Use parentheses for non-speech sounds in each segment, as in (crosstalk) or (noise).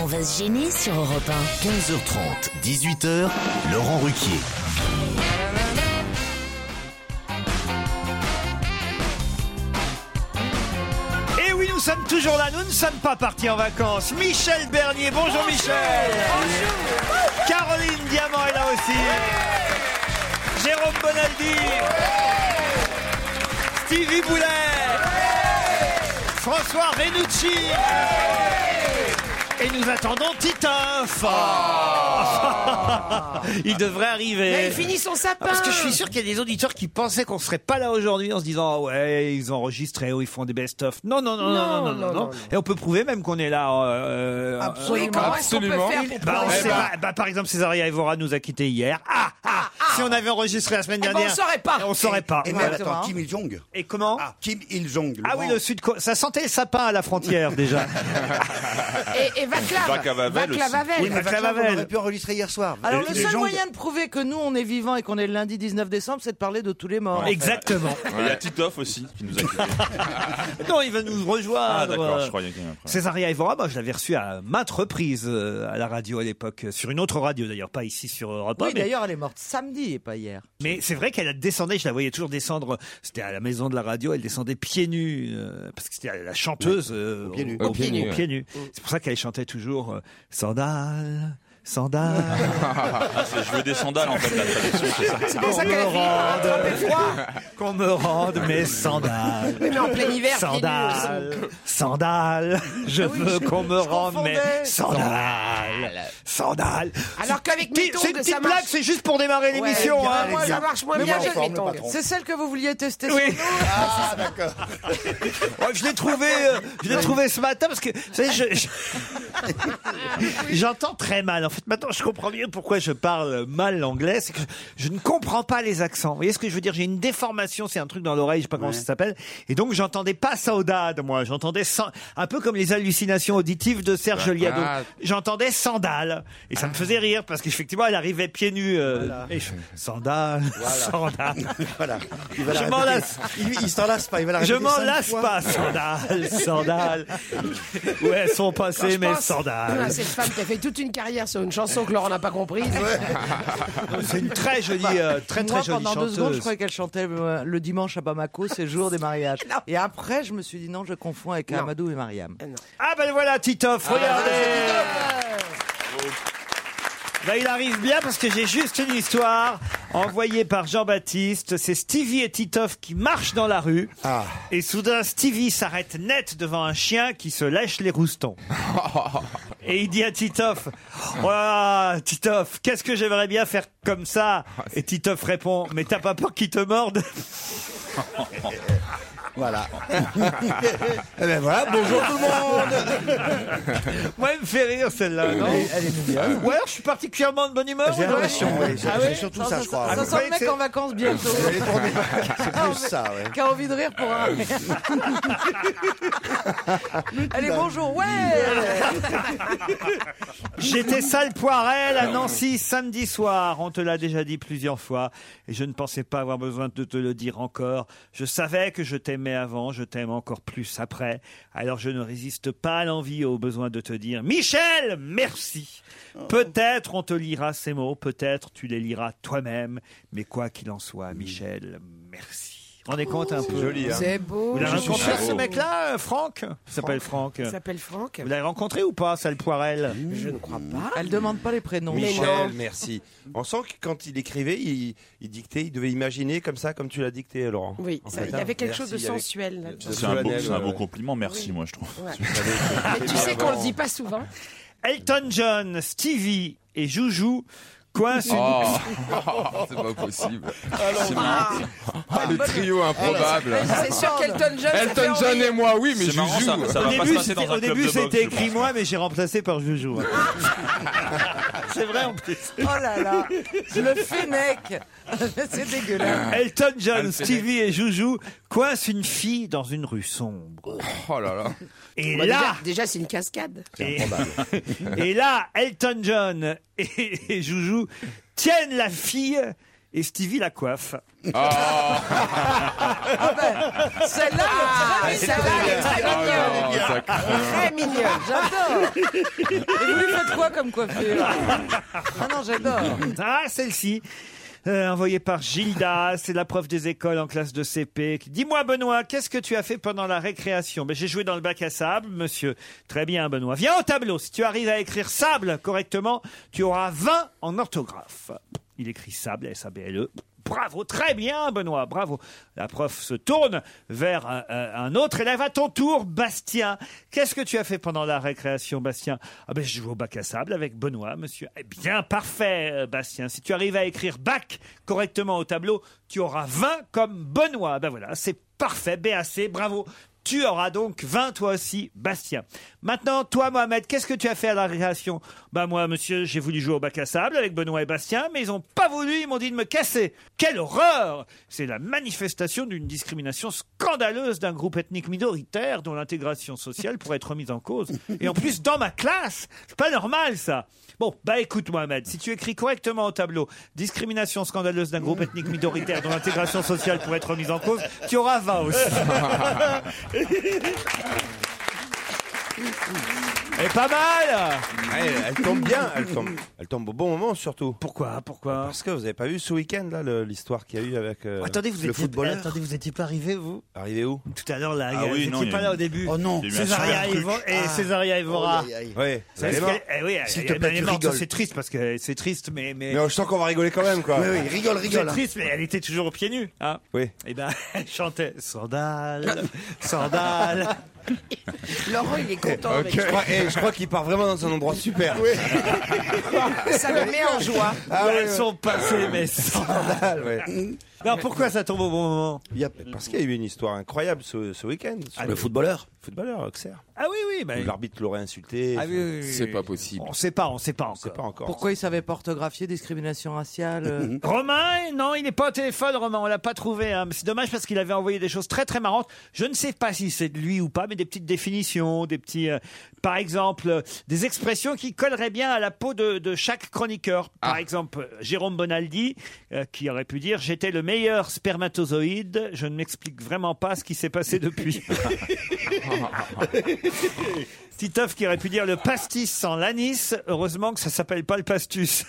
On va se gêner sur Europe 15h30, 18h, Laurent Ruquier. Et oui, nous sommes toujours là, nous ne sommes pas partis en vacances. Michel Bernier, bonjour, Michel Caroline Diamant est là aussi Jérôme Bonaldi Stevie Boulet François Renucci Et nous attendons Titoff (laughs) Il devrait arriver Mais il finit son sapin. Ah, Parce que je suis sûr qu'il y a des auditeurs qui pensaient qu'on serait pas là aujourd'hui en se disant ah ouais ils ont enregistré ou ils font des best-of. Non non non non non non non. non. Et on peut prouver même qu'on est là. euh, euh, Absolument. Mais comment est-ce qu'on peut Absolument. faire pour Bah, on prouver sait ça pas. Bah, par exemple Césaria Evora nous a quittés hier. Ah ah. Si on avait enregistré la semaine ben, on dernière. saurait pas. On saurait pas. Et même Voilà. Exactement. attends, Kim Il-jong. Et comment Ah, Kim Il-jong. Ah oui, le Sud, ça sentait le sapin à la frontière déjà. (laughs) (laughs) Et, et Vaclav. Vaclav aussi. Vavel. Oui, mais Vaclav Havel. On aurait pu enregistrer hier soir. Alors, Et le les seul jongs. moyen de prouver que nous, on est vivants et qu'on est le lundi 19 décembre, c'est de parler de tous les morts. (laughs) Exactement. Il y a Titoff aussi qui nous (laughs) a quittés. Non, il va nous rejoindre. Ah d'accord, je croyais qu'il y avait un problème. Césaria Evora, moi, je l'avais reçue à maintes reprises euh, à la radio à l'époque, euh, sur une autre radio d'ailleurs, pas ici sur Europe 1, Oui, mais, d'ailleurs, elle est morte samedi et pas hier. mais c'est vrai qu'elle descendait, je la voyais toujours descendre, c'était à la maison de la radio, elle descendait pieds nus, euh, parce que c'était la chanteuse euh, au- au- aux pieds nus. Aux pieds nus, ouais. C'est pour ça qu'elle chantait toujours euh, Sandales, Sandales. Ah, c'est- je veux des sandales en fait la traduction, c'est ça. C'est Qu'on pour ça qu'elle me a fini par attraper rende, froid. qu'on me rende mes sandales. mais en plein hiver, pieds nus Sandales, euh, sandales, je Ah oui, veux je- qu'on me je rende mes confondais. sandales, sandales. Alors qu'avec Petit- mes tongs, C'est une ça petite marche. blague, c'est juste pour démarrer Ouais, l'émission. bien, hein. moi, ça marche moins Mais bien moi, avec on forme mes le tongs. patron. C'est celle que vous vouliez tester sur Oui. nous. Ah, d'accord. (laughs) Ouais, je l'ai trouvé, euh, je l'ai trouvé ce matin parce que vous savez, (laughs) je- je- j'entends très mal. En fait, maintenant, je comprends mieux pourquoi je parle mal l'anglais. C'est que je ne comprends pas les accents. Vous voyez ce que je veux dire J'ai une déformation. C'est un truc dans l'oreille. Je sais pas comment ça s'appelle. Et donc, j'entendais pas saudade. Moi, j'entendais san- un peu comme les hallucinations auditives de Serge Liado. Ah. J'entendais sandales et ça me faisait rire parce qu'effectivement, elle arrivait pieds nus. euh, et je- sandales, sandales. (laughs) Voilà. Il va la Je répéter. m'en lasse. Il, il s'en lasse pas. Il va la Je répéter m'en cinq lasse fois. pas, sandales, (laughs) sandales. Où elles sont passées mes pense- Ah, sandales cette femme qui a fait toute une carrière sur une chanson que Laurent n'a pas comprise. C'est une très jolie, euh, très très Moi, jolie pendant deux chanteuse. secondes, je croyais qu'elle chantait euh, le dimanche à Bamako, c'est le jour des (laughs) mariages. Et après, je me suis dit non, Euh, je confonds avec Amadou et Mariam. Ah ben voilà, Titoff, regardez. Là, Bah, il arrive bien parce que j'ai juste une histoire envoyée par Jean-Baptiste. C'est Stevie et Titoff qui marchent dans la rue. Et soudain, Stevie s'arrête net devant un chien qui se lèche les (laughs) roustons. Et il dit à Titoff Oh là là, Titoff, qu'est-ce que j'aimerais bien faire comme ça Et Titoff répond Mais t'as pas peur qu'il te morde (laughs) Voilà. Eh ben voilà, bonjour tout le monde. (laughs) Moi, elle me fait rire celle-là, non Elle est mignonne. Ouais, je suis particulièrement de bonne humeur. J'ai aujourd'hui. l'impression, oui. C'est Ah oui c'est surtout ça, je crois. Ça vous sent croyez le mec que c'est- en vacances bientôt. Les tournées- C'est Ah, mais- plus ça, ouais. Qui a envie de rire pour un. Allez, bonjour. Ouais (laughs) J'étais salle Poirel Ah à Nancy samedi soir. On te l'a déjà dit plusieurs fois et je ne pensais pas avoir besoin de te le dire encore. Je savais que je t'aimais avant, je t'aime encore plus après. Alors je ne résiste pas à l'envie et au besoin de te dire Michel, merci. Oh. Peut-être on te lira ces mots, peut-être tu les liras toi-même, mais quoi qu'il en soit, Michel, merci. On est compte un peu. joli, hein. C'est beau. Vous l'avez suis rencontré sûr. ce mec-là, euh, Franck Il (laughs) s'appelle Franck. Il s'appelle Franck. Vous l'avez rencontré ou pas, salle Poirel Ah, Je ne crois pas. (laughs) Elle demande pas les prénoms. non. Michel, merci. On sent que quand il écrivait, il, il dictait, il devait imaginer comme ça, comme tu l'as dicté, Laurent. Oui, En ça- fait, il y avait quelque merci, chose de il y avait- sensuel. là-dedans. C'est C'est un, beau, solennel, c'est un beau ouais. compliment, merci, moi, je trouve. (laughs) Ouais. Tu savais que- Mais tu sais qu'on le dit pas souvent. Elton John, Stevie et Joujou coincent une- Oh. (laughs) c'est pas possible. Ah, le trio improbable. C'est sûr qu'Elton John. Elton John et moi, oui, mais C'est marrant, ça, Juju. ça Au va pas se début, passer c'était- dans au un club début, de boxe, c'était je écrit pense. moi, mais j'ai remplacé par (laughs) Joujou. C'est vrai en plus. Oh là là Le Fennec C'est (laughs) dégueulasse. Elton John, Stevie et Joujou coincent une fille dans une rue sombre. Oh là là. Et Bah, là, déjà, déjà, c'est une cascade. et, (laughs) et là, Elton John et, et Joujou tiennent la fille et Stevie la coiffe. Ah Celle-là, elle Ah, est très Ça va, elle est très mignonne. Oh, ça Très mignonne. J'adore Et vous lui faites quoi comme coiffure Ah non, j'adore Ah, celle-ci. euh, envoyée par Gilda, c'est la prof des écoles en classe de CP. qui dit, Dis-moi, Benoît, qu'est-ce que tu as fait pendant la récréation Ben, J'ai joué dans le bac à sable, monsieur. Très bien, Benoît. Viens au tableau. Si tu arrives à écrire sable correctement, tu auras 20 en orthographe. Il écrit sable, S-A-B-L-E. Bravo, très bien, Benoît, bravo. La prof se tourne vers un, un- un autre élève. À ton tour, Bastien. Qu'est-ce que tu as fait pendant la récréation, Bastien Ah ben, je joue au bac à sable avec Benoît, monsieur. Eh bien, parfait, euh, Bastien. Si tu arrives à écrire bac correctement au tableau, tu auras 20 comme Benoît. Ben voilà, c'est parfait, BAC, bravo. Tu auras donc 20 toi aussi, Bastien. Maintenant, toi, Mohamed, qu'est-ce que tu as fait à la récréation Bah moi, monsieur, j'ai voulu jouer au bac à sable avec Benoît et Bastien, mais ils ont pas voulu, ils m'ont dit de me casser. Quelle horreur C'est la manifestation d'une discrimination scandaleuse d'un groupe ethnique minoritaire dont l'intégration sociale pourrait être remise en cause. Et en plus, dans ma classe, c'est pas normal ça. Bon, bah écoute Mohamed, si tu écris correctement au tableau discrimination scandaleuse d'un groupe ethnique minoritaire dont l'intégration sociale pourrait être remise en cause, tu auras 20 (laughs) aussi. Et pas mal Ouais, elle tombe bien, elle tombe, elle tombe au bon moment surtout. Pourquoi Pourquoi Parce que vous avez pas vu ce week-end là le- l'histoire qu'il y a eu avec euh, le footballeur. Attendez, vous étiez pas arrivé, vous Arrivé où Tout à l'heure, là, Ah il y a- oui, vous non, étiez il y pas a là eu- au début. Oh non. J'ai eu un Ah. Oh, Césaria super truc. Evo- et Césaria Evora. Aïe, aïe. Ouais. vous Parce allez voir. que- eh oui, S'il elle- te plaît, elle est tu morte, rigoles. c'est triste parce que c'est triste, mais, mais, Mais je sens qu'on va rigoler quand même quoi. Oui, oui, rigole, c'est rigole. hein. Bah, triste, mais elle était toujours pieds nus, hein. Oui. Et ben, (laughs) elle chantait (laughs) sandales, sandales. Laurent, il est content. avec Je crois, eh, (laughs) je crois qu'il part vraiment dans un endroit super. Ça le met en joie. Ah, elles ouais, ouais. sont passées, mais sandales. Ouais. Alors pourquoi ça tombe au bon moment Il y a- parce qu'il y a eu une histoire incroyable ce, ce week-end. sur Ah, le le footballeur Footballeur, Auxerre. Ah oui, oui, bah, Où L'arbitre l'aurait insulté. ah oui, oui, oui, C'est oui. pas possible. On sait pas, on sait pas On sait encore. pas encore. Pourquoi il savait pas orthographier, discrimination raciale euh, Romain, Eh, non, il n'est pas au téléphone, Romain, on l'a pas trouvé. hein. Mais C'est dommage parce qu'il avait envoyé des choses très très marrantes. Je ne sais pas si c'est de lui ou pas, mais des petites définitions, des petits, euh, par exemple, euh, des expressions qui colleraient bien à la peau de, de chaque chroniqueur. Par exemple, Jérôme Bonaldi, euh, qui aurait pu dire j'étais le meilleur spermatozoïde. Je ne m'explique vraiment pas ce qui s'est passé depuis. (laughs) Titoff qui aurait pu dire le pastis sans l'anis. Heureusement que ça s'appelle pas le pastus.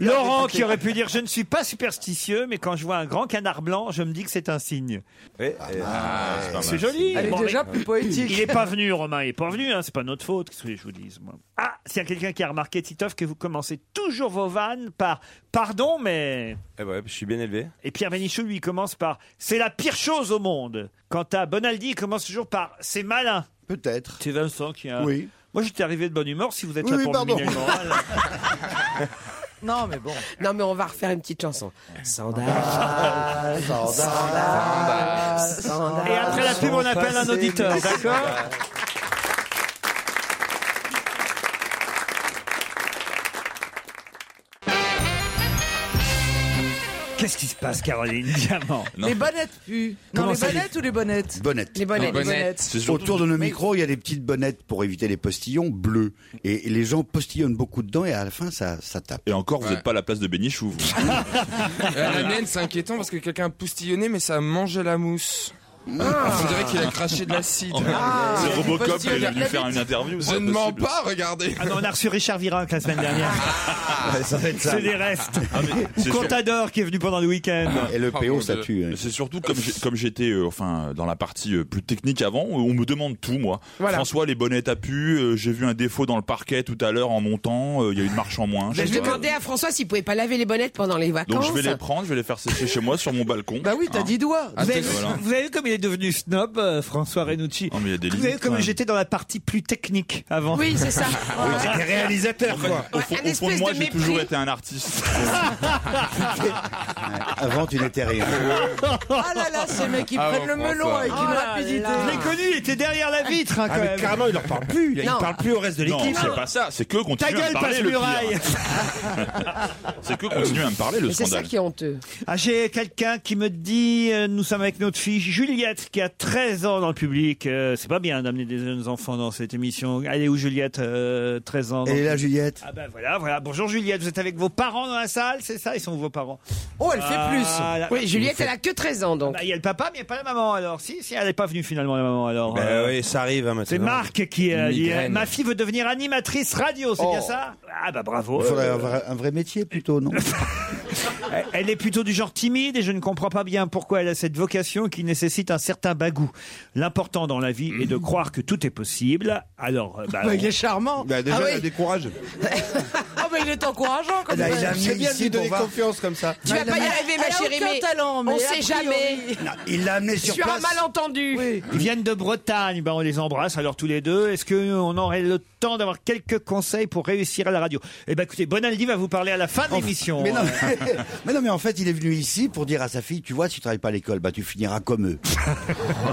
Laurent qui aurait pu dire je ne suis pas superstitieux mais quand je vois un grand canard blanc je me dis que c'est un signe. Ah, Ouais, eh, Ah, C'est pas mal. C'est joli. Elle Bon, est mais déjà plus Il poétique. n'est pas venu Romain, il n'est pas venu, hein, c'est pas notre faute, qu'est-ce que je vous dise moi. Ah, s'il y a quelqu'un qui a remarqué Titoff que vous commencez toujours vos vannes par pardon mais... eh ouais, je suis bien élevé. Et Pierre Vénichou lui commence par c'est la pire chose au monde. Quant à Bonaldi il commence toujours par c'est malin. Peut-être. C'est Vincent qui a... Oui. Moi j'étais arrivé de bonne humeur si vous êtes Oui, là oui, pour me pardon. miner le moral. (laughs) Non, mais bon. Non, mais on va refaire une petite chanson. Sandal. Et après la pub on appelle un auditeur, d'accord Qu'est-ce qui se passe, Caroline Diamant Les bonnettes puent. Non, Comment les ça, les- bonnettes ou les bonnettes Bonnettes. Les bonnettes. Les bonnettes. C'est surtout- Autour de nos Mais- micros, il y a des petites bonnettes pour éviter les postillons bleus. Et, et les gens postillonnent beaucoup dedans et à la fin, ça, ça tape. Et encore, vous Ouais. n'êtes pas à la place de Bénichou. vous. À la mienne, c'est inquiétant parce que quelqu'un a poustillonné, mais ça a mangé la mousse. Ah. On dirait qu'il a craché de l'acide. C'est Robocop, il a dû faire une interview. Je ne mens pas, regardez. Ah non, on a reçu Richard Virenque la semaine dernière. C'est des restes. Ou Ah, C'est sûr. Contador qui est venu pendant le week-end. Ah, C'est surtout comme j'ai- comme j'étais euh, enfin dans la partie euh, plus technique avant, on me demande tout moi. Voilà. François, les bonnettes à pu, euh, j'ai vu un défaut dans le parquet tout à l'heure en montant, euh, il y a une marche en moins. Je je sais pas. demandais à François s'il pouvait pas laver les bonnettes pendant Ah, les vacances. Donc je vais les prendre, je vais les faire sécher chez moi sur mon balcon. Ah, Bah oui, t'as dit doigt. Vous avez, Voilà. vous avez vu comme il est devenu snob, euh, François Renucci mais il y a des Vous avez vu limites, comme quand même. j'étais dans la partie plus technique avant (laughs) Ah. Oui, c'est ça. Ah Oui, t'étais réalisateur, quoi. un Au fond, au fond de espèce moi, de j'ai mépris. toujours été un artiste. Avant, tu n'étais rien. Ah là là, ces mecs qui Ah, prennent le bon, melon François. avec une Oh là rapidité. là. Je l'ai connu, il était derrière la vitre hein, Ah, quand mais même. carrément, il leur parle plus, il Non. parle plus au reste de Non, l'équipe. c'est pas ça, c'est que Ta continue à gueule, me parler le passe-muraille pire. C'est (laughs) que continue à me parler le Mais c'est ça scandale. qui est honteux. Ah, j'ai quelqu'un qui me dit, euh, nous sommes avec notre fille Juliette qui a 13 ans dans le public. Euh, c'est pas bien d'amener des jeunes enfants dans cette émission. Elle est où Juliette euh, 13 ans. dans Elle est le là, public. Juliette. Ah ben voilà, voilà. Bonjour Juliette, vous êtes avec vos parents dans la salle, c'est ça Ils sont vos parents. Oh, elle fait plus. là- Oui, Juliette, elle a que 13 ans donc. Bah, Il y a le papa, mais il n'y a pas la maman alors. Si, si, elle n'est pas venue finalement la maman alors. Ben Euh, oui, ça arrive hein, maintenant. C'est Marc qui euh, a Une dit migraine. Ma fille veut devenir animatrice radio, c'est Oh. bien ça Ah bah bravo. Il faudrait Euh, avoir un vrai métier (laughs) plutôt, non elle- Euh, Elle est plutôt du genre timide et je ne comprends pas bien pourquoi elle a cette vocation qui nécessite un certain bagou. L'important dans la vie est de croire que tout est possible. Alors, euh, bah, Bah, il on- est charmant. ah, oui. décourage. Ah, mais il est encourageant comme Ah, bah, Elle a- ça. il a C'est mis bien de lui ici pour donner voir. confiance comme ça. Tu vas pas y arriver, ma chérie, mais on sait jamais. il l'a amené sur Sur un place. malentendu. Ils viennent de Bretagne, ben on les embrasse alors tous les deux. Est-ce qu'on aurait le temps d'avoir quelques conseils pour réussir à la radio Eh ben écoutez, Bonaldi va vous parler à la fin de l'émission. Mais non, (laughs) mais, mais non, mais en fait, il est venu ici pour dire à sa fille, tu vois, si tu travailles pas à l'école, bah tu finiras comme eux. (laughs)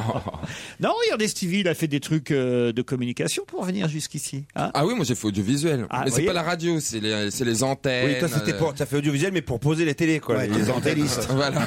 Non, regardez Stevie, il a fait des trucs (laughs) euh, de communication pour venir jusqu'ici. hein. Ah oui, moi j'ai fait audiovisuel. Ah, mais c'est voyez. pas la radio, c'est les, c'est les antennes. Oui, toi, c'était euh, pour, ça fait audiovisuel, mais pour poser les télés, quoi. Ouais, les les antennistes. Voilà.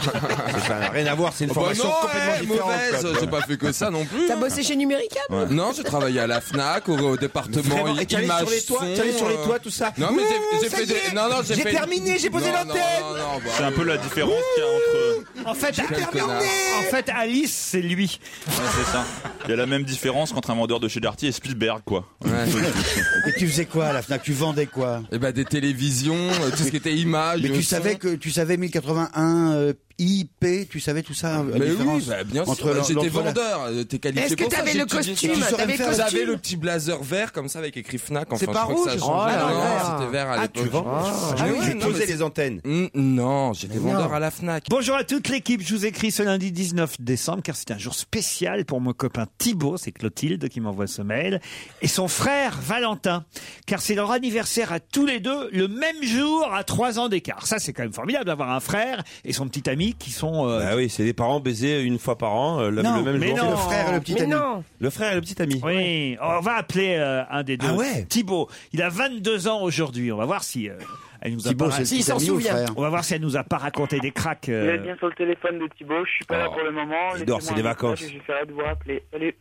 Ça n'a rien à voir, (laughs) c'est une Oh bah formation non, complètement eh, différente. mauvaise, quoi. j'ai pas fait que ça non plus. Mmh. T'as bossé chez Numérica toi Ouais. Non, j'ai travaillé à la Fnac, au, au département Vraiment, et t'es allé image sur les toits, son, t'es allé sur les euh, toits, tout ça. Non, mais Ouh, j'ai- j'ai Oh, ça y fait est, des- non, non, j'ai fait- terminé, j'ai posé Non, l'antenne. non, non, non, bah, C'est un peu la différence qu'il y a entre. En fait, Quel connard. en fait, Alice, c'est lui. Ouais, c'est ça. Il y a la même différence qu'entre un vendeur de chez Darty et Spielberg, quoi. Et tu faisais quoi à la FNAC Tu vendais quoi Eh ben, des télévisions, euh, tout ce qui était image. Mais tu savais que tu savais 1081 euh, IP, tu savais tout ça. euh, la Mais différence oui, bah, bien sûr. entre l'en- J'étais l'entre- la- vendeur. euh, T'es qualifié Est-ce que pour ça, t'avais j'ai le étudié costume ça. Tu saurais T'avais me faire le J'avais costume le petit blazer vert comme ça avec écrit Fnac. Enfin, C'est je pas crois que ça rouge. change. Oh là Ah non, là. c'était vert à Ah, l'époque. tu vends. Ah oui, j'ai posé les antennes. Non, j'étais Mais vendeur non. à la Fnac. Bonjour à toute l'équipe, je vous écris ce lundi 19 décembre car c'est un jour spécial pour mon copain Thibaut, c'est Clotilde qui m'envoie ce mail, et son frère Valentin, car c'est leur anniversaire à tous les deux le même jour à trois ans d'écart. Ça c'est quand même formidable d'avoir un frère et son petit ami qui sont... euh, Bah oui, c'est des parents baisés une fois par an, euh, le, Non, le même mais jour. non. Le frère et le petit Mais ami. non. Le frère et le petit ami. Oui, on va appeler euh, un des Ah deux. Thibaut, il a 22 ans aujourd'hui, on va voir si... euh, Elle nous a Thibaut, pas- c'est le Si, il petit s'en ami ou le souvient. frère On va voir si elle nous a pas raconté des (laughs) cracks. Vous euh, êtes bien sur le téléphone de Thibaut, je suis pas Oh. là pour le moment. Il dort, Laissez-moi c'est un des message vacances. et J'essaierai de vous rappeler. Salut.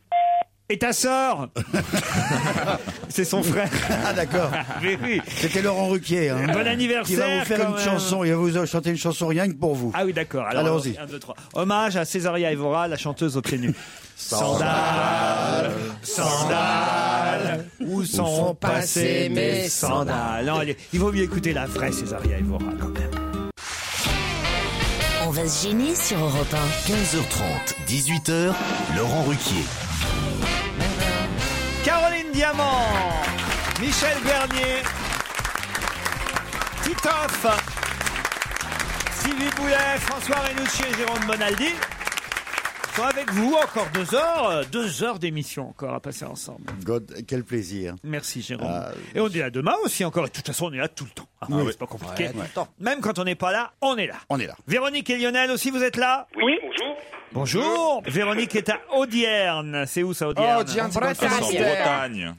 Et ta (laughs) sœur C'est son frère. Ah d'accord. (laughs) Mais oui. C'était Laurent Ruquier. hein. Bon anniversaire, Qui va vous faire quand une même. chanson. Il va vous chanter une chanson rien que pour vous. Ah oui, d'accord. Alors, Allons-y. un, deux, trois. Hommage à Césaria Evora, la chanteuse aux pieds nus. Sandales, sandales, où sont passés mes sandales Non, allez, il vaut mieux écouter la vraie Césaria Evora quand même. On va se gêner sur Europe 15h30, 18h, Laurent Ruquier. Caroline Diamant, Michel Bernier, Titoff, Sylvie Boulet, François Renucci et Jérôme Bonaldi sont avec vous encore deux heures, euh, deux heures d'émission encore à passer ensemble. God, quel plaisir. Ah Merci Jérôme. Et on est là demain aussi encore. Et de toute façon, on est là tout le temps. Oui, ouais. c'est pas compliqué. Ouais, tout le temps. Même quand on n'est pas là, on est là. On est là. Véronique et Lionel aussi, vous êtes là Oui, bonjour. Bonjour. Véronique est à Audierne. C'est où ça, Audierne En Bretagne.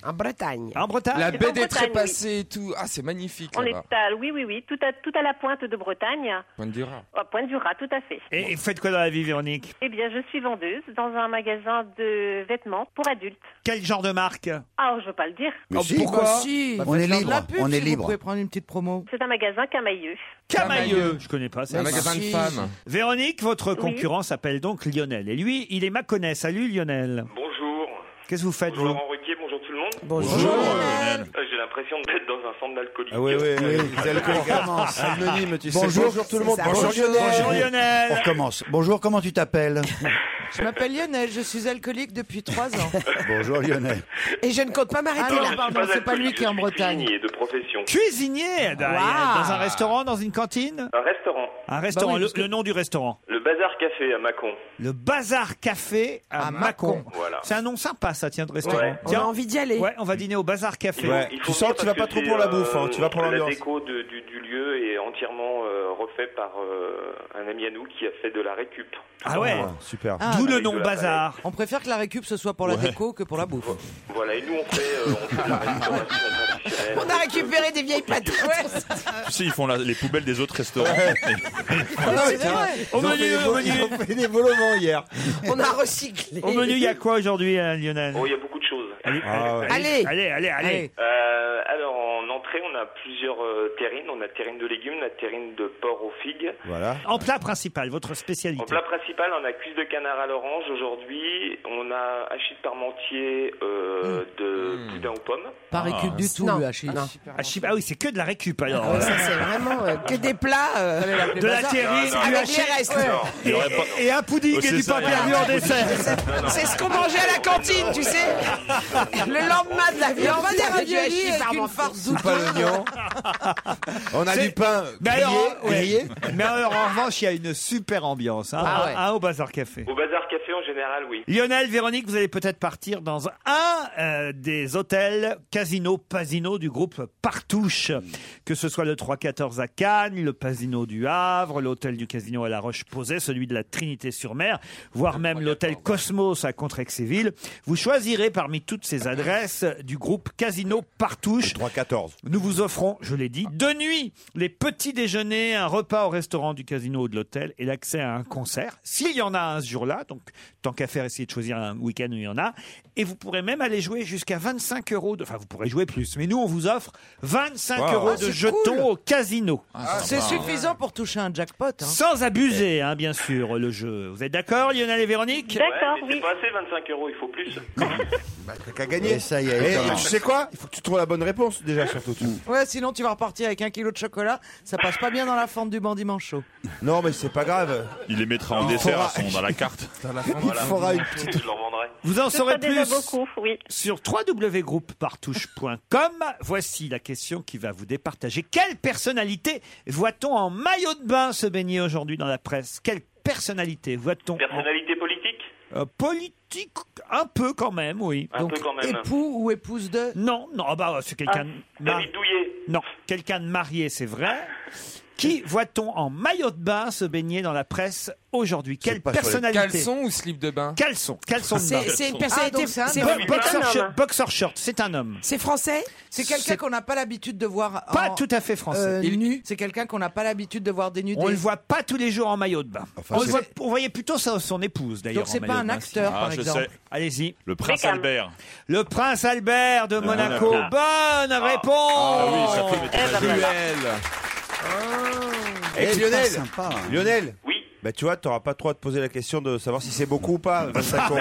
En Bretagne. La C'est baie en des Bretagne, trépassés et tout. Ah, c'est magnifique On est là-bas. à, oui, oui, oui, tout à, tout à la pointe de Bretagne, Pointe du Raz. à pointe du Raz, tout à fait. Et, et faites quoi dans la vie, Véronique Eh bien, je suis vendeuse dans un magasin de vêtements pour adultes. Quel genre de marque Ah, je veux pas le dire. Oh, Mais si, bah si. On est libre, on est libre. prendre une petite promo. C'est un magasin Camailleux. Camailleux. Je connais pas. ça. Un magasin de femmes. Véronique, votre concurrent s'appelle donc Lionel. Et lui, il est Mâconnais. Salut, Lionel. Bonjour. Qu'est-ce que vous faites, Bonjour vous Laurent Ruquier, bonjour tout le monde. Bonjour. Bonjour, Euh, J'ai l'impression d'être dans un centre d'alcoolique. Ah oui, oui, oui, les alcools recommencent. Anonyme, tu sais. Bonjour. Bonjour tout le monde. C'est ça. Bonjour Lionel. Bonjour Lionel. On recommence. Bonjour, comment (laughs) tu t'appelles Je m'appelle Lionel, je suis alcoolique depuis 3 ans. Bonjour Lionel. Et je ne compte pas m'arrêter Ah non, là. pardon, c'est pas lui qui est en Bretagne. Cuisinier de profession. Cuisinier dans dans un restaurant, dans une cantine Un restaurant. Un restaurant, le, le nom du restaurant. Le Bazar Café à Mâcon. Le Bazar Café à, À Mâcon. Mâcon. Voilà. C'est un nom sympa, ça, tiens, de restaurant. Ouais. Tiens, On a envie d'y aller. Ouais, on va dîner au Bazar Café. Ouais. Tu sens que tu vas pas trop pour la bouffe, hein, tu vas pour euh, La l'ambiance. déco de- du, du lieu est entièrement euh, refait par euh, un ami à nous qui a fait de la récup. Ah ouais Super. Ah. D'où le Avec nom de la Bazar. On préfère que la récup ce soit pour la déco que pour la bouffe. Voilà, et nous on fait, euh, on fait de la restauration traditionnelle. On a récupéré des vieilles patates. (laughs) (laughs) Tu sais, ils font la- les poubelles des autres restaurants. c'est vrai. Au menu, au menu. fait des volements (laughs) hier. On a recyclé. Au menu, il y a quoi aujourd'hui, hein, Lionel Oh, il y a beaucoup de choses. Allez, Ah, Allez. allez, allez, allez. Euh, alors en entrée, on a plusieurs euh, terrines. On a terrine de légumes, la terrine de porc aux figues. Voilà. En plat principal, votre spécialité. En plat principal, on a cuisse de canard à l'orange aujourd'hui. On a hachis de parmentier euh, de Mmh. boudin aux pommes. Mmh. Ah, Pas récup Ah, du tout, Non. le hachis. Hachis- Ah oui, c'est que de la récup alors. Ah ouais, ça, c'est vraiment euh, que des plats. euh, de la terrine, Avec Ah, du les hachis- restes. Ouais. Et- Et, et- et un Oh, pudding et du pain perdu en dessert. (laughs) C'est ce qu'on mangeait à la cantine, tu sais. (laughs) Le lendemain de la Et on viande, va des c'est avec du raviolis hachis avec une parmentier. farce d'où Pas l'oignon. On a C'est- du pain Mais alors, ouais. grillé. grillé. Mais alors, en revanche, il y a une super ambiance hein, Ah ouais. hein, au Bazar Café. Au bazar café en général, oui. Lionel, Véronique, vous allez peut-être partir dans un euh, des hôtels Casino Pasino du groupe Partouche. Que ce soit le 314 à Cannes, le Pasino du Havre, l'hôtel du Casino à La Roche-Posay, celui de la Trinité-sur-Mer, voire même l'hôtel Cosmos à Contrexéville. Vous choisirez parmi toutes ces adresses du groupe Casino Partouche. 314. Nous vous offrons, je l'ai dit, deux nuits, les petits déjeuners, un repas au restaurant du casino ou de l'hôtel et l'accès à un concert, s'il y en a un ce jour-là. Donc, tant qu'à faire, essayez de choisir un week-end où il y en a. Et vous pourrez même aller jouer jusqu'à 25 euros. De... Enfin, vous pourrez jouer plus, mais nous, on vous offre 25 Wow. euros Ah, de c'est jetons cool. Ah, au casino. C'est suffisant pour toucher un jackpot. hein. Sans abuser, hein, bien sûr, le jeu. Vous êtes d'accord, Lionel et Véronique ouais, mais C'est pas assez 25 euros, il faut plus. T'as qu'à gagner. Et ça y est, Et étonnant. tu sais quoi Il faut que tu trouves la bonne réponse déjà surtout. Ouais, sinon tu vas repartir avec un kilo de chocolat. Ça passe pas bien dans la fente du bandit manchot. Non mais c'est pas grave. Il les mettra Il en dessert faudra- à son- dans la carte. Il fera une petite. Je leur vendrai. Vous en Ce saurez sera déjà plus beaucoup, oui. sur www.groupepartouche.com. Voici la question qui va vous départager. Quelle personnalité voit-on en maillot de bain se baigner aujourd'hui dans la presse Quelle personnalité voit-on en- Personnalité politique euh, politique un peu quand même, oui. Un peu quand même. Époux ou épouse de Non, non, ah bah c'est quelqu'un de mar- David Douillet. non, quelqu'un de marié, c'est vrai. Qui voit-on en maillot de bain se baigner dans la presse aujourd'hui Quelle Pas sur les personnalité Caleçon ou slip de bain Caleçon, caleçon de bain. C'est c'est une Ah, personnalité. donc c'est un c'est- homme. Bo- boxer, un homme. short- boxer short, c'est un homme. C'est français C'est quelqu'un C'est- qu'on n'a pas l'habitude de voir. Pas en- tout à fait français. euh, Il- nu. C'est quelqu'un qu'on n'a pas l'habitude de voir dénudé. On le voit pas tous les jours en maillot de bain. Enfin, on, le c'est- voit, on voyait plutôt ça, son épouse d'ailleurs. Donc, c'est en pas maillot un de bain. acteur, Ah, par je exemple. sais. Allez-y. Le prince Beckham. Albert. Le prince Albert de Monaco. Monaco. Bonne réponse. Eh ben Ah oui, ça peut être Cruel. Oh. Et Eh, Lionel. Eh, sympa, hein. Lionel. Oui. Bah tu vois, t'auras pas trop à te poser la question de savoir si c'est beaucoup ou (laughs) pas. 25 euros.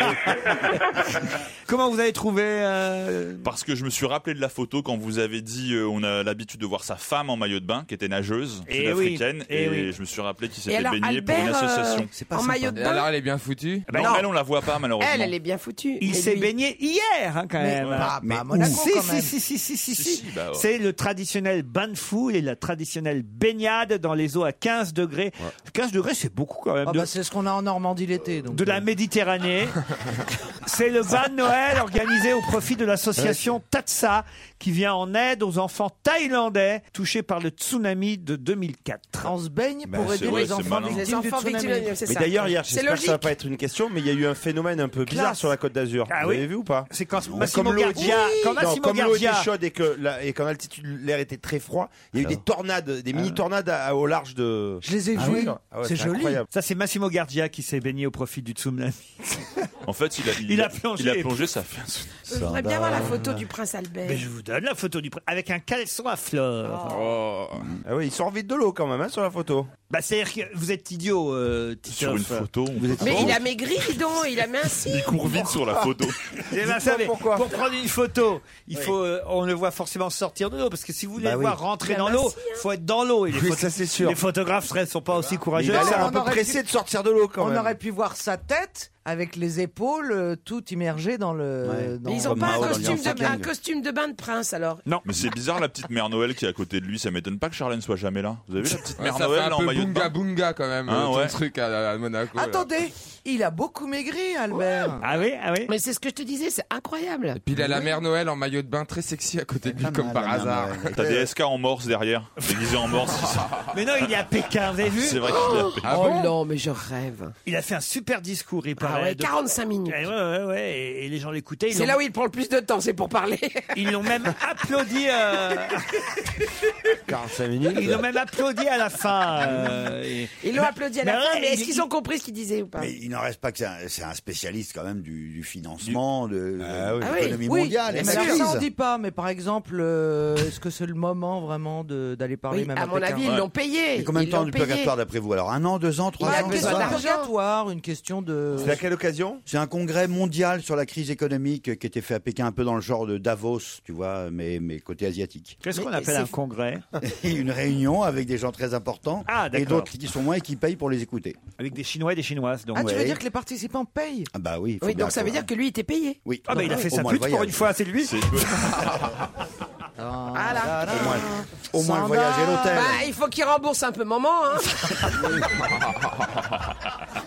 Comment vous avez trouvé euh, Parce que je me suis rappelé de la photo quand vous avez dit euh, on a l'habitude de voir sa femme en maillot de bain, qui était nageuse Eh sud-africaine, oui, eh et oui. je me suis rappelé qu'il Et s'était alors, baigné pour une Albert, euh, association. en maillot de Et bain alors, elle est bien foutue. bah non, non. elle, on la voit pas malheureusement. Elle, elle est bien foutue. Il Mais s'est lui- baigné hier hein, quand Mais même. pas- Mais pas à où Monaco Si, quand si, même. si, si, si, si, Si, si. si, Ah bah ouais. C'est le traditionnel bain de foule et la traditionnelle baignade dans les eaux à 15 degrés. 15 degrés, c'est beaucoup beaucoup quand même. Ah de- bah, c'est ce qu'on a en Normandie l'été. Donc. euh. de la (laughs) Méditerranée. C'est le bal de Noël organisé au profit de l'association Tatsa qui vient en aide aux enfants thaïlandais touchés par le tsunami de 2004. On se baigne Bah, c'est- ouais, c'est malin. Mais d'ailleurs, hier, j'espère que ça va pas être une question, mais il y a eu un phénomène un peu bizarre Classe. sur la Côte d'Azur. Ah Vous oui. l'avez vu ou pas C'est quand Non. Massimo comme l'eau Gardia- était, Oui. quand Non, Massimo comme l'eau était Gardia- chaude et que la- et qu'en altitude l'air était très froid, il y a eu des tornades, des Ah. mini tornades au large de. Je les ai Ah vues. oui. Ah ouais, incroyable. Ça, c'est Massimo Gardia qui s'est baigné au profit du tsunami. En fait, il a, Il a plongé. Il a plongé, ça a fait un Je voudrais bien voir voir la La photo du prince Albert. Bah, Mais je vous donne la photo du pr- avec un caleçon à fleurs. Oh. Ah oui, ils sont vite de l'eau quand même hein, sur la photo. Bah c'est-à-dire que vous êtes idiot, euh, Titoff. une photo, on Vous êtes Ah Mais idiot. il a maigri, dis donc, il a minci. (laughs) Et ben, Dites-moi savez, pour prendre une photo, il faut, euh, on le voit forcément sortir de l'eau, parce que si vous voulez Bah le oui. voir rentrer Ah Il a dans minci, l'eau, hein. faut être dans l'eau. Et les, Oui, photo- ça, c'est sûr. les photographes ne sont pas aussi courageux. Mais il a C'est l'air un un peu peu pressé de sortir de l'eau quand on même. aurait pu voir sa tête avec les épaules euh, tout immergées dans le. dans- Mais ils ont Comme pas un Mao dans costume, Lion de, un (laughs) King. costume de bain de prince alors. Non. Mais c'est bizarre la petite mère Noël qui est à côté de lui. Ça m'étonne pas que Charlène soit jamais là. Vous avez vu la petite Ouais, mère ça fait Noël un là, en peu maillot de bunga bain bunga quand même, Hein, ton ouais. truc à, à Monaco. là. Attendez, il a beaucoup maigri, Albert. Ah oui, ah oui. Mais c'est ce que je te disais, c'est incroyable. Et puis il a la mère Noël en maillot de bain très sexy à côté de lui comme par hasard. T'as des SK en morse derrière, déguisé (laughs) en morse. Mais non, il est à Pékin, vous avez vu C'est vrai qu'il est à Pékin. Oh non, mais je rêve. Il a fait un super discours, il paraît. Ah ouais, de- 45 minutes. Eh ouais, ouais, ouais, et, et les gens l'écoutaient. ils C'est l'ont- là où il prend le plus de temps, c'est pour parler. Ils l'ont (laughs) même applaudi. euh, 45 minutes. ils l'ont même applaudi à la fin. euh, et- Ils l'ont applaudi à la Mais fin, ouais, mais est-ce il- qu'ils ont compris ce qu'il disait ou pas Mais il n'en reste pas que c'est un, c'est un spécialiste quand même du, du financement, de, de Ah oui. l'économie Oui, mondiale. et mais de la alors, ça on crise. dit pas. Mais par exemple, euh, est-ce que c'est le moment vraiment de- d'aller parler Oui, même à mon Pékin avis, ils Ouais. l'ont payé. Mais combien de Ils temps l'ont du payé. purgatoire d'après vous Alors un an, deux ans, trois Il a ans besoin ça d'argent. Purgatoire, une question de. C'est à quelle occasion C'est un congrès mondial sur la crise économique euh, qui était fait à Pékin, un peu dans le genre de Davos, tu vois, mais, mais côté asiatique. Qu'est-ce qu'on appelle un congrès (laughs) Une réunion avec des gens très importants Ah, et d'accord. d'autres qui sont moins et qui payent pour les écouter. Avec des Chinois et des Chinoises. Donc. Ah, tu veux Ouais. dire que les participants payent Ah bah oui. faut Oui, bien donc ça veut avoir- dire que lui était payé. Oui. Ah bah il a fait Au sa moins le pute pour voyage. une fois, c'est lui Ah. Ah, Voilà. Au moins, au moins le Samba. voyage et l'hôtel. Bah, il faut qu'il rembourse un peu maman. (laughs)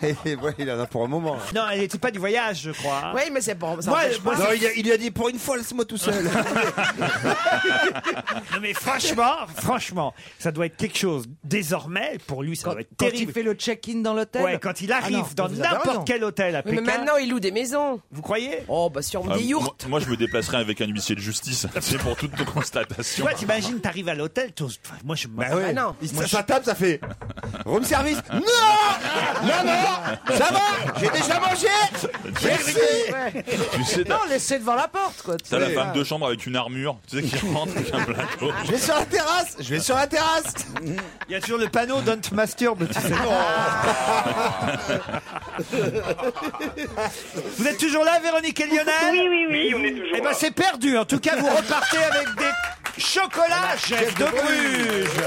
Hein. (laughs) Et ouais, il en a pour un moment. hein. Non, elle n'était pas du voyage, je crois. hein. oui, mais c'est bon. Ça Moi, empêche moi, pas. Non, il, a, il lui a dit pour une fois, laisse-moi tout (laughs) seul. Non mais franchement, franchement, ça doit être quelque chose. Désormais, pour lui, ça doit être Quand terrible. il fait le check-in dans l'hôtel. Ouais, quand il arrive Ah non, dans vous avez raison. n'importe quel hôtel à Oui, mais Pékin, maintenant, il loue des maisons. vous croyez Oh, bah sur Ah, des moi, yurts. moi, je me déplacerai avec un huissier de justice. (laughs) C'est pour toutes nos constatations. Toi, (laughs) t'imagines, t'arrives à l'hôtel, t'oses- enfin, moi je. Ah. Bah ouais. Ah non. Il se tape à table, ça fait room service. Non, non, non, ça va. J'ai (laughs) déjà mangé. Merci. tu sais, Non, t'as laissez devant la porte, quoi. t'as la femme de chambre avec une armure, tu sais, qui rentre avec un plateau. Je vais sur la terrasse. Je vais sur la terrasse. Il y a toujours le panneau Don't masturbe. (laughs) Tu sais. vous êtes toujours là, Véronique et Lionel Oui, oui, oui. Oui, on est toujours Eh ben là. c'est perdu. En tout cas, (laughs) vous repartez avec des chocolats chef de Bruges.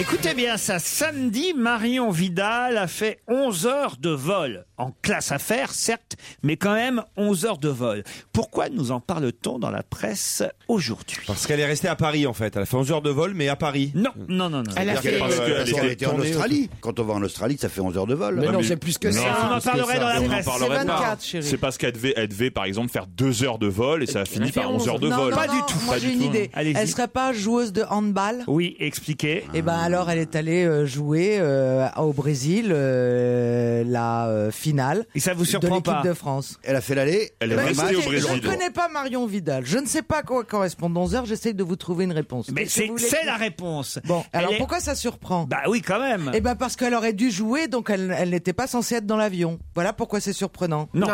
Écoutez bien ça, samedi, Marion Vidal a fait 11 heures de vol. En classe à faire, certes, mais quand même 11 heures de vol. Pourquoi nous en parle-t-on dans la presse aujourd'hui Parce qu'elle est restée à Paris en fait. Elle a fait 11 heures de vol, mais à Paris. Non, non, non, non. Elle a fait- Parce qu'elle était en Australie. Quand on va en Australie, ça fait 11 heures de vol. Ah, Ah, Mais non, c'est plus que ça. On en parlerait dans la On en presse. parlerait C'est pas. 24, chérie. C'est parce qu'elle devait, elle devait, par exemple, faire deux heures de vol et ça a fini fait par 11 heures de Non, non, vol. non, Moi, Pas j'ai du une tout. idée. Elle serait pas joueuse de handball hein. Oui, expliquez. Ah. Et ben alors, elle est allée euh, jouer euh, au Brésil euh, la euh, finale. Et ça vous de surprend l'équipe pas de France. Elle a fait l'aller. Elle est Bah, restée écoutez, au Brésil. Je ne connais pas Marion Vidal. Je ne sais pas à quoi correspondent 11 heures. J'essaye de vous trouver une réponse. Mais Est-ce que c'est vous voulez c'est que- la réponse. Bon, Elle alors est- pourquoi ça surprend Bah oui, quand même. Eh ben parce qu'elle aurait dû jouer, donc elle, elle n'était pas censée être dans l'avion. Voilà pourquoi c'est surprenant. Non.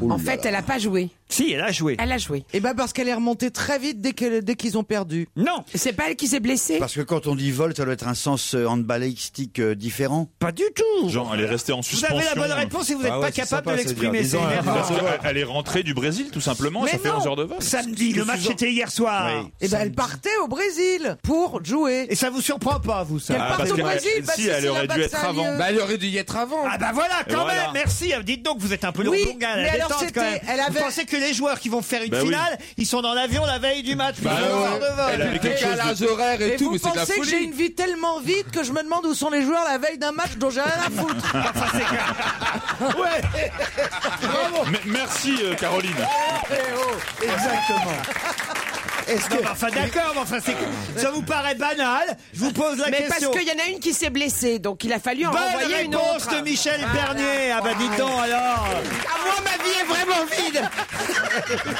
Ouh En là fait, là. elle a pas joué. Si, elle a joué. Elle a joué. Eh ben parce qu'elle est remontée très vite dès qu'elle- dès qu'ils ont perdu. Non. C'est pas elle qui s'est blessée. Parce que quand on dit vol, ça doit être un sens euh, handballistique euh, différent. Pas du tout. Genre, elle est restée en Vous avez suspension. la bonne réponse et vous êtes Ah ouais, pas c'est capable sympa, de c'est l'exprimer, bien. c'est Disons, énervant. Parce qu'elle- elle est rentrée du Brésil, tout simplement. Mais ça fait non. 11 heures de vol. Samedi, le match était hier soir. Eh ben elle partait au Brésil pour jouer. Et ça vous surprend pas, vous ça Elle Ah, part parce au que- Brésil. si, parce que elle c'est aurait là-bas dû que être ça a avant. lieu. Bah, elle aurait dû y être avant. Ah bah voilà, Et quand voilà. même, merci. hein. Dites donc, vous êtes un peu Oui, lourdingue à la mais alors détente, c'était- quand même. elle avait- Vous pensez que les joueurs qui vont faire une Bah oui. finale, ils sont dans l'avion la veille du match. Bah ils ont ouais. un heure de vol. Elle avait quelque chose de- horaires et tout, vous mais c'est de la pensez que folie. j'ai une vie tellement vite que je me demande où sont les joueurs la veille d'un match dont j'ai rien à foutre. (laughs) ouais. Mais- Merci, euh, Caroline. Eh, oh, Exactement. Non, mais enfin d'accord, mais enfin c'est ça vous paraît banal. Je vous pose la Mais question. parce qu'il y en a une qui s'est blessée, donc il a fallu en Bonne renvoyer une réponse autre. de Michel Voilà. Bernier. Ah bah dites donc alors. Ah, moi, ma vie est vraiment vide.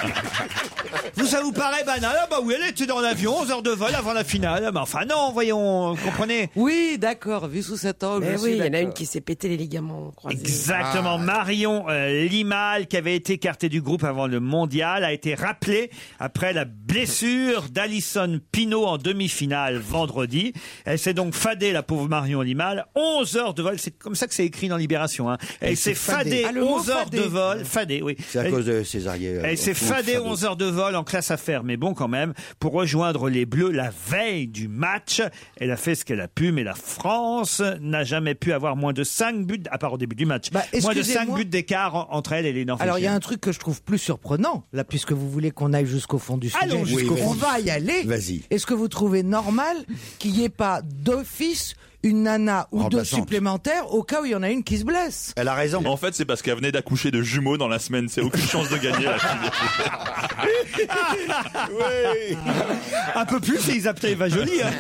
Vous ça vous paraît banal Ah bah oui, elle était dans l'avion, 11 heures de vol avant la finale. Mais enfin non, voyons, vous comprenez Oui, d'accord, vu sous cet angle. je Mais Eh oui, suis il y en a d'accord. Ah. une qui s'est pété les ligaments croisés. Ah. Exactement. Marion euh, Limal, qui avait été écartée du groupe avant le mondial, a été rappelée après la blessure d'Alison Pinault en demi-finale vendredi. Elle s'est donc fadée, la pauvre Marion Limal. 11 heures de vol, c'est comme ça que c'est écrit dans Libération. hein. Elle s'est fadée, Ah, le mot 11 heures de fadée. vol. Fadée, oui. C'est à Elle- cause de euh, Césarier. elle s'est fadée 11 heures de vol en classe à faire, mais bon quand même, pour rejoindre les Bleus la veille du match. Elle a fait ce qu'elle a pu, mais la France n'a jamais pu avoir moins de 5 buts, à part au début du match, moins de 5 Bah, excusez-moi. buts d'écart en- entre elle et les Norvégiens. Alors il y a un truc que je trouve plus surprenant, là, puisque vous voulez qu'on aille jusqu'au fond du sujet. Allons jusqu'au fond. on va y aller. Vas-y. Est-ce que vous trouvez normal qu'il n'y ait pas d'office une nana Oh, ou bah, deux Remplaçante. supplémentaires au cas où il y en a une qui (laughs) se blesse Elle a raison. En fait, c'est parce qu'elle venait d'accoucher de jumeaux dans la semaine. C'est aucune chance de gagner. La fille. Eh ben, Un peu plus, ils appelaient Eva Jolie. hein.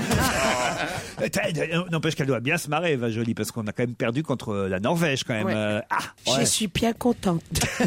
(laughs) Attends, N'empêche qu'elle doit bien se marrer, Eva Jolie, parce qu'on a quand même perdu contre la Norvège quand même. Ouais. Euh, ah, Je ouais. suis (laughs) bien contente. Ah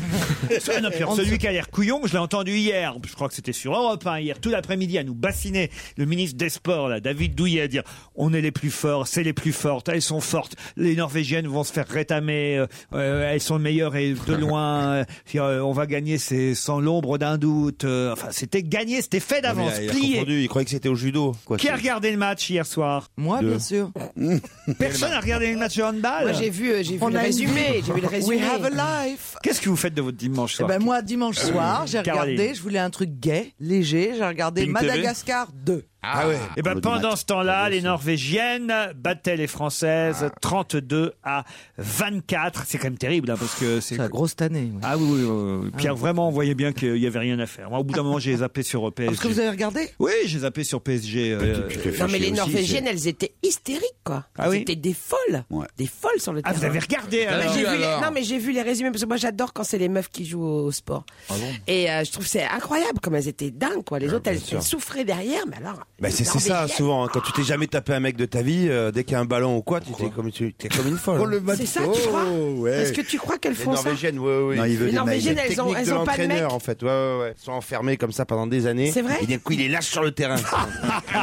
non, puis alors, celui qui a l'air couillon, je l'ai entendu hier. Je crois que c'était sur Europe hein, hier, tout l'après-midi, à nous bassiner le ministre des Sports, là, David Douillet, à dire on est les plus forts, c'est les plus fortes, elles sont fortes. Les Norvégiennes vont se faire rétamer, euh, euh, elles sont meilleures et de loin. euh, puis, euh, on va gagner, c'est sans l'ombre d'un doute. euh, enfin, c'était gagné, c'était fait d'avance, il, a plié. confondu, il croyait que c'était au judo. Quoi, Qui a c'est- regardé le match hier soir Moi, Deux. bien sûr. (laughs) Personne n'a regardé le match de handball. Moi, j'ai vu, euh, j'ai vu On le a une- résumé. J'ai vu le résumé. We have a life. Qu'est-ce que vous faites de votre dimanche Eh soir Ah ben moi, dimanche soir, j'ai Caroline. regardé, je voulais un truc gai, léger, j'ai regardé Pink TV? Madagascar 2. Ah ouais. Et ben pendant ce temps-là, les Norvégiennes battaient les Françaises 32 à 24. C'est quand même terrible hein, parce que c'est la grosse tannée. Ah oui, oui, oui, oui. Pierre, vraiment, on voyait bien qu'il y avait rien à faire. Moi, au bout d'un moment, j'ai zappé sur PSG. Parce que vous avez regardé Oui, j'ai zappé sur PSG. euh, Non, mais les Norvégiennes, elles étaient hystériques, quoi. Ah elles oui étaient des folles. Des folles sur le Ah, terrain. vous avez regardé, Bah, alors. j'ai Oui, vu les- alors. Non, mais j'ai vu les résumés, parce que moi, j'adore quand c'est les meufs qui jouent au, au sport. Ah bon Et euh, je trouve que c'est incroyable, comme elles étaient dingues, quoi. Les autres, elles, elles souffraient derrière, mais alors, Bah, c'est c'est ça souvent, hein. quand tu t'es jamais tapé un mec de ta vie, euh, dès qu'il y a un ballon ou quoi, tu t'es comme, tu- t'es comme une folle. Oh, le C'est ça, tu crois ouais. Est-ce que tu crois qu'elles Les font ça Norvégiennes, ouais, ouais. Non, il veut Les des Norvégiennes, mecs. elles ont, Technique elles de ont pas de mec. l'entraîneur en fait. Ouais, ouais, ouais. Ils sont enfermés comme ça pendant des années. C'est vrai Et d'un coup, il les lâche sur le (laughs) terrain. ah ouais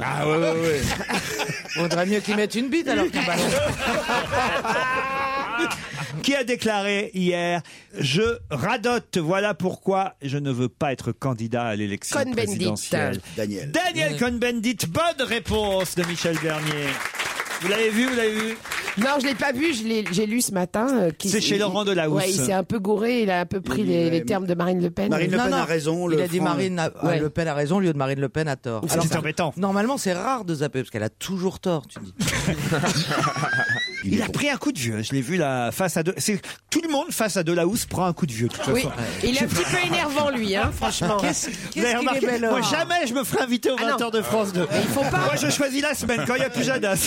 Ah ouais, ouais, ouais. Vaudrait mieux qu'ils mettent une bite alors qu'ils balancent. (laughs) qui a déclaré hier Je radote, voilà pourquoi je ne veux pas être candidat à l'élection Cohn-Bendit. présidentielle. Daniel. Daniel Ouais. Cohn-Bendit, bonne réponse de Michel Bernier. Vous l'avez vu, vous l'avez vu Non, je l'ai pas vu, je l'ai- j'ai lu ce matin. euh, qu'il- C'est chez il- Laurent Delahousse. Ouais, il s'est un peu gouré, il a un peu pris Il- les, les euh, termes de Marine Le Pen. Non, non, Il a dit Marine a- Ouais. Le Pen a raison au lieu de Marine Le Pen a tort. C'est ça- Normalement, c'est rare de zapper parce qu'elle a toujours tort, tu dis. Il, a pris un coup de vieux. Je l'ai vu là face à deux. C'est tout le monde face à Delahousse prend un coup de vieux. de toute Oui, façon. il est un petit (laughs) peu énervant lui, hein, franchement. Qu'est-ce- Vous qu'est-ce qu'il avez remarqué est bel homme. je me ferai inviter au Ah non. 20h de France 2. Mais il faut pas. Moi, je choisis la semaine quand il n'y a plus (laughs) Jadas.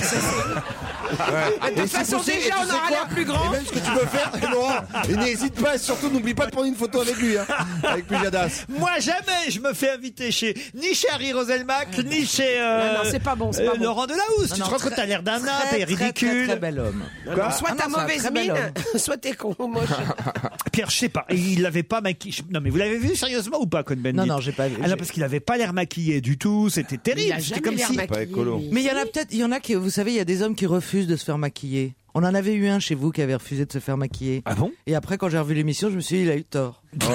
De toute façon, déjà, on aura l'air plus grand. Et même ce que tu peux faire, Laurent. Et n'hésite pas, surtout, n'oublie pas de prendre une photo avec lui, hein, avec Pujadas. Moi, jamais je me fais inviter chez ni chez Harry Roselmack, ni chez euh, Non, non, c'est pas bon, c'est pas euh, bon. Laurent Delahousse. Non, tu te non, rends compte, très- t'as l'air d'un nain, très, t'es très, ridicule. Ah très, très bel homme. Non, non, Bah, soit t'as mauvaise mine, (laughs) soit t'es con ou moche. (laughs) Pierre, je sais pas. Et Il l'avait pas maquillé. Non, mais vous l'avez vu sérieusement ou pas, Cohn-Bendit Non, non, j'ai pas vu. Ah non, parce qu'il avait pas l'air maquillé du tout. C'était Il a terrible. C'était jamais comme l'air si. maquillé, Pas écolo. lui. Mais il y en a peut-être, il y en a qui, vous savez, il y a des hommes qui refusent de se faire maquiller. On en avait eu un chez vous qui avait refusé de se faire maquiller. Ah bon Et après, quand j'ai revu l'émission, je me suis dit, il a eu tort. Ouais.